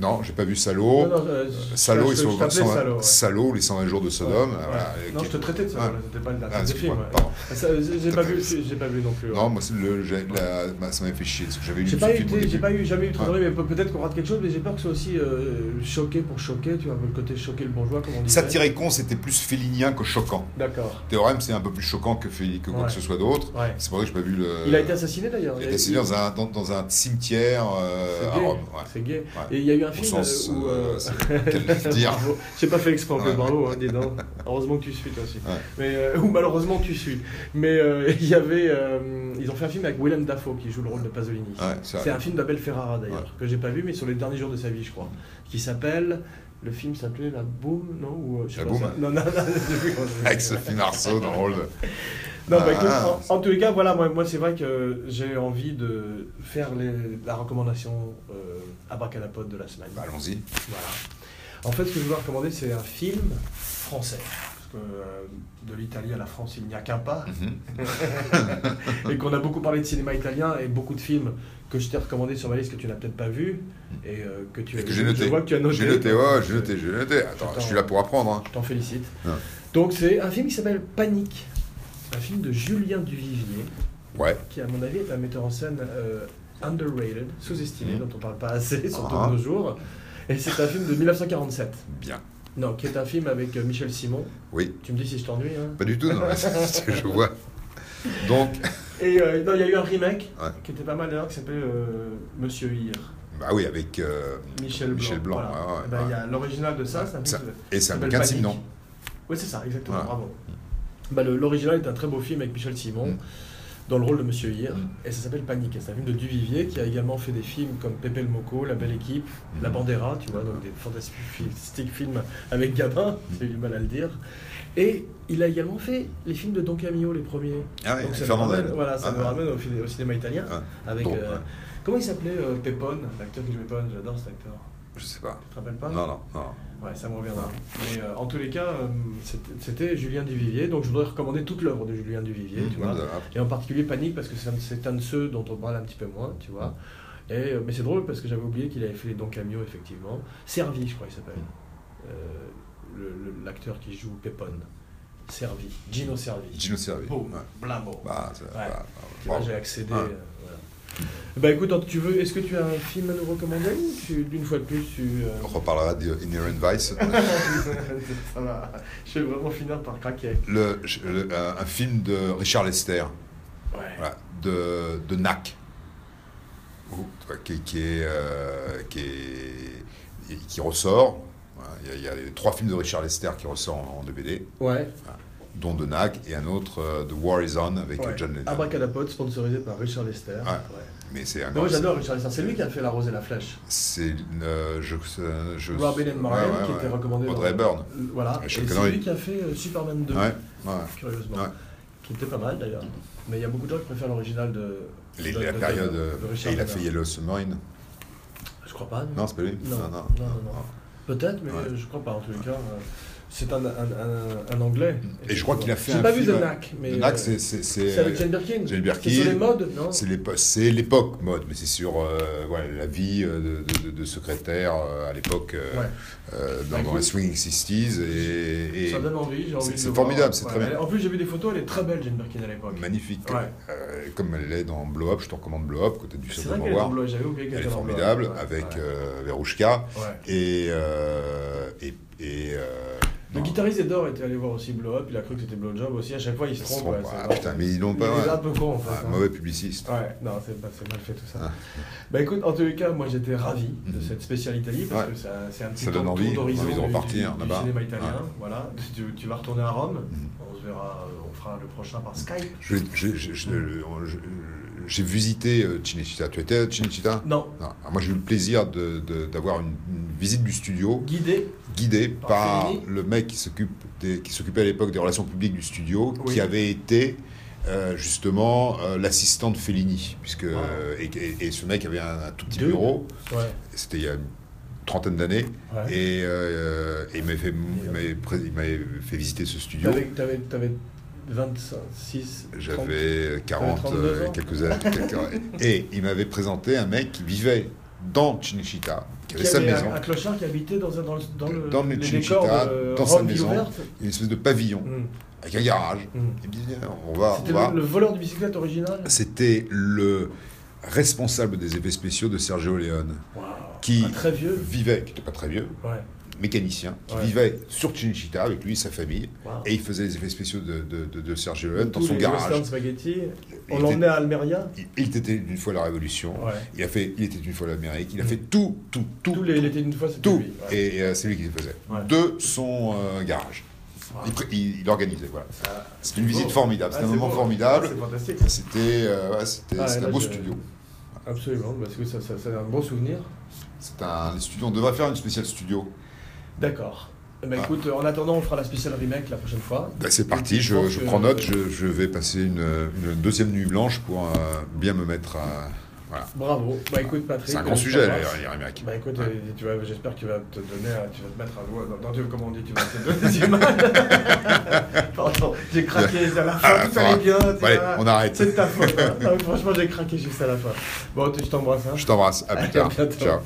Non, j'ai pas vu Salo.
Non, non, euh, je-
Salo,
je-
ils
je
sont
t'appelais
cent-
Salo, ouais.
Salo, les 120 jours de Sodome.
Ouais.
voilà,
Non,
qui-
je te traitais de ça,
Ah.
voilà, c'était pas le
Ah,
dernier film.
excuse-moi,
ouais.
pardon.
Ça, euh, J'ai j'ai
T'as
pas,
fait-
vu- j'ai pas vu non plus. ouais.
Non, moi, c'est le, j'ai- la- bah, ça m'avait fait chier parce que j'avais lu
J'ai
ce
pas,
film. au
été- j'ai
début.
pas eu, jamais eu très
Ouais.
envie, mais peut- peut-être qu'on rate quelque chose, mais j'ai peur que ce soit aussi euh, choqué pour choquer, tu vois, un peu le côté choquer le bourgeois, comme on dit.
Satyricon, c'était plus félinien que choquant.
D'accord.
Théorème, c'est un peu plus choquant que, Féli- que quoi
Ouais.
que ce soit d'autre.
Ouais.
C'est pour ça que j'ai pas vu le.
Il a été assassiné d'ailleurs.
Euh, Il a été assassiné dans un, dans, dans un cimetière euh,
C'est
à
gay.
Rome. ouais.
C'est gay.
Ouais.
Et il y a eu un
Au
film
sens.
euh, où. euh,
euh, c'est- quel le dire
Bravo. J'ai pas fait exprès, en fait,
Ouais.
bravo, hein, dis donc. Heureusement que tu suis, toi aussi.
Ouais.
Mais, euh, ou malheureusement que tu suis. Mais euh, il y avait. euh, ils ont fait un film avec Willem Dafoe qui joue le rôle de Pasolini.
Ouais, c'est vrai.
C'est un film d'Abel Ferrara d'ailleurs, que j'ai pas vu, mais sur les derniers jours de sa vie, je crois. Qui s'appelle. Le film s'appelait La Boum, non ou, euh, je sais
La
pas,
Boum.
ça- Non, non, non, j'ai vu comment ça s'appelle.
Avec Sophie Marceau dans le rôle de.
Non, bah, écoute,
Ah.
en, en tous les cas, voilà, moi, moi c'est vrai que j'ai envie de faire les- la recommandation euh, abracadapote de la semaine.
Bah, Allons-y.
Voilà. En fait, ce que je voulais recommander, c'est un film français. Parce que euh, de l'Italie à la France, il n'y a qu'un pas.
Mhm.
Et qu'on a beaucoup parlé de cinéma italien et beaucoup de films que je t'ai recommandé sur ma liste que tu n'as peut-être pas vu et euh, que tu
Et que j'ai noté.
Je vois que tu as noté.
J'ai noté, ouais, j'ai
Je-
noté, j'ai noté. Attends,
J'attends.
je suis là pour apprendre. hein.
Je t'en félicite.
Ouais.
Donc, c'est un film qui s'appelle Panique. Un film de Julien Duvivier
Ouais.
qui à mon avis est un metteur en scène euh, underrated, sous-estimé,
Mhm.
dont on parle pas assez, surtout
Ah.
de nos jours. Et c'est un film de 1947.
Bien.
Non, qui est un film avec euh, Michel Simon.
Oui.
Tu me dis si je t'ennuie. Hein.
Pas du tout, non, mais je vois. Donc,
Et euh, non, il y a eu un remake
Ouais.
qui était pas mal d'ailleurs, qui s'appelait euh, Monsieur Hir.
bah oui, avec euh,
Michel Blanc. voilà.
ouais, ouais,
Eh ben, Il
ouais.
y a l'original de ça, c'est un
Ça-
film.
Et c'est un
s'appelle
bouquin de
Panique.
Simon.
Oui, c'est ça, exactement,
Voilà.
bravo. Bah, le- L'original est un très beau film avec Michel Simon,
Mm.
dans le rôle de Monsieur Hir,
Mm.
et ça s'appelle Panique. Et C'est un film de Duvivier qui a également fait des films comme Pépé le Moco, La Belle Équipe,
Mm.
La Bandera, tu vois, donc des fantastiques films avec Gabin,
Mm.
j'ai eu du mal à le dire. Et il a également fait les films de Don Camillo, les premiers.
Ah oui,
donc ça nous
Fernandel.
ramène, voilà, ça
Ah,
nous ramène au, fi- au cinéma italien.
Ah.
avec
Bon,
euh,
ouais.
Comment il s'appelait euh, Pepone, l'acteur qui jouait Pepone, j'adore cet acteur.
Je sais pas.
Tu te rappelles pas
Non, non, non.
Ouais, ça me reviendra. Mais euh, en tous les cas, euh, c'était- c'était Julien Duvivier, donc je voudrais recommander toute l'œuvre de Julien Duvivier,
Mm,
tu vois. Et en particulier Panique, parce que c'est un- c'est un de ceux dont on parle un petit peu moins, tu vois. Et, euh, mais c'est drôle parce que j'avais oublié qu'il avait fait les Don Camillo, effectivement. Servi, je crois qu'il s'appelle. Euh, le- le- L'acteur qui joue Pépone. Servi. Gino Servi.
Gino Servi.
Boum,
Ouais.
blamo.
Bah, ça- bah,
Tu vois,
bon.
j'ai accédé.
Ouais.
euh, voilà. Bah écoute, donc, tu veux, est-ce que tu as un film à nous recommander ou tu- d'une fois de plus tu. euh,
On reparlera de Inherent Vice.
ça va. Je vais vraiment finir par craquer.
Le, je- le- euh, un un film de Richard Lester,
Ouais.
voilà, de, de NAC, Ou, tu vois, qui, qui est, euh, qui, est- qui ressort. Voilà, Il y a- il y, a les trois films de Richard Lester qui ressortent en, en DVD,
Ouais.
dont de NAC et un autre euh, The War Is On avec euh,
ouais.
John Lennon.
Abracadapod, sponsorisé par Richard Lester.
Ouais. Mais c'est un
Mais Moi
grand-
j'adore Richard Lester, c'est lui qui a fait La Rose et la Flèche.
C'est euh, je, euh, je-
Robin and Marian,
Ouais, ouais,
qui
ouais.
était recommandé. dans-
Audrey Hepburn.
Euh, Voilà.
Et
Et
Sean
c'est
Connery.
lui qui a fait euh, Superman 2,
Ouais, ouais.
curieusement.
Ouais.
Qui était pas mal d'ailleurs. Mais il y a beaucoup de gens qui préfèrent l'original de.
Les-
de-
la
de-
période.
de-
euh,
de Richard
et il a
Donner.
fait Yellow Submarine.
Je crois pas.
Non, c'est pas lui
Non,
non.
non, non, non. Peut-être, mais
Ouais.
euh, je crois pas en tous les cas. euh, C'est un, un, un, un anglais.
Et je crois qu'il a fait un
J'ai pas vu
film-
The Knack, mais.
Le NAC,
euh,
c'est- c'est.
C'est avec
c'est-
Jane Birkin.
Jane
C'est sur
Birkin.
les modes, non
C'est l'épo- c'est l'époque mode, mais c'est sur euh, voilà, la vie euh, de, de- de secrétaire euh, à l'époque euh,
Ouais.
euh, dans,
Bah,
dans les Swing 60s. Et, et
Ça donne envie, j'ai envie
c'est-
de
c'est
le
formidable,
voir.
c'est
Ouais,
très bien.
elle- En plus, j'ai vu des photos, elle est très belle, Jane Birkin, à l'époque.
magnifique.
Ouais.
Euh, comme elle l'est dans Blow Up, je te recommande Blow Up, côté du
C'est
Sodom
vrai qu'elle est en
War.
bleu, j'avais oublié qu'elle
Elle
était
est
en bleu.
formidable
Ouais,
avec
ouais.
euh, Verouchka
Ouais.
et. euh, et, et euh,
Le
non,
guitariste Edor était allé voir aussi Blow Up, il a cru que c'était Blowjob aussi, à chaque fois il se
ils se
trompe.
trompent.
ouais,
Ah,
c'est-
putain, mais ils l'ont
Il
pas.
est
ouais.
un peu con en fait.
Ah,
hein.
mauvais publiciste.
Ouais, non, c'est pas- c'est mal fait tout ça.
Ah.
Bah écoute, en tous les cas, moi j'étais ravi de
Mhm.
cette spéciale Italie parce
Ouais.
que ça- c'est un petit
Ça donne
tour-
envie,
tour d'horizon
envie de
du-
repartir
du, du
hein, là-bas.
cinéma italien.
Ouais.
Voilà, tu, tu vas retourner à Rome,
Mhm.
on se verra, euh, on fera le prochain par Skype.
Je- je- je- je- euh, je- J'ai visité euh, Cinecittà. Tu étais à Cinecittà
Non,
Non. Alors moi, j'ai eu le plaisir de- de- d'avoir une, une visite du studio
guidé,
guidée
Par
par
Fellini
le mec qui s'occupe des- qui s'occupait à l'époque des relations publiques du studio,
Oui.
qui avait été euh, justement euh, l'assistant de Fellini, puisque
Wow.
euh, et, et- et ce mec avait un, un tout petit
Deux.
bureau.
ouais.
C'était il y a une trentaine d'années,
ouais.
et, euh, et il m'avait fait, il m'avait pré- il m'avait fait visiter ce studio.
T'avais, t'avais, t'avais 26, 30.
J'avais 40
32
euh,
ans.
quelques années. quelques- Et il m'avait présenté un mec qui vivait dans Cinecittà, qui
Il
avait
y
sa
avait
maison,
Un, un clochard qui habitait dans, un, dans, le- dans le,
Dans le
les
Cinecittà,
décors de
dans sa
Rome
maison.
ouverte.
une espèce de pavillon,
Mm,
avec un garage.
mm.
Et bien, on va. on
C'était
va.
le, le voleur de bicyclette original
C'était le responsable des effets spéciaux de Sergio Leone,
Waouh.
qui-
Un Très vieux.
vivait, qui n'était pas très vieux,
Ouais.
mécanicien, qui
Ouais.
vivait sur Cinecittà avec lui et sa famille,
Waouh.
et il faisait les effets spéciaux de, de- de- de Sergio Leone dans
Tous
son
les
garage.
Western spaghetti. On
Il
l'emmenait
était,
à Almeria.
il- il était une fois la Révolution,
Ouais.
il, a fait, il était une fois l'Amérique, il a
Mm.
fait tout, tout, tout,
Tous les, il était une fois, c'était
Tout.
lui. ouais.
Et euh, c'est lui qui le faisait.
Ouais.
De son euh, garage.
Waouh.
Il, pré- il, il organisait, voilà.
Ah,
C'était une
beau.
visite formidable, c'était
Ah,
un
c'est
moment
beau.
formidable.
Ah, C'est fantastique.
C'était euh, ouais, c'était-
Ah, et
c'était
là,
un beau
je-
studio.
Absolument, parce que ça, ça, c'est un bon souvenir.
C'est un les studios. On devrait faire une spéciale studio.
D'accord. Eh ben,
Ah.
écoute, en attendant, on fera la spéciale remake la prochaine fois.
Bah, c'est parti,
Je
je,
pense
je
que-
prends note, je, je vais passer une, une deuxième nuit blanche pour euh, bien me mettre à. Voilà.
Bravo. Bah écoute, Patrick.
C'est un
euh,
grand
je
sujet,
t'embrasse.
les Américains.
Bah écoute,
Ouais.
euh, tu vas, j'espère que tu vas te donner, à- tu vas te mettre à doigt. Non, tu, comment on dit, tu vas te donner du mal. Pardon, j'ai craqué à la
Ah,
fin, tout allait
faudra-
bien. tu
Allez,
vois.
on arrête.
C'est de ta faute. hein. Ah, franchement, j'ai craqué juste à la fin. Bon, tu- je t'embrasse. Hein.
Je t'embrasse, à
Allez,
plus
à
tard.
bientôt.
Ciao.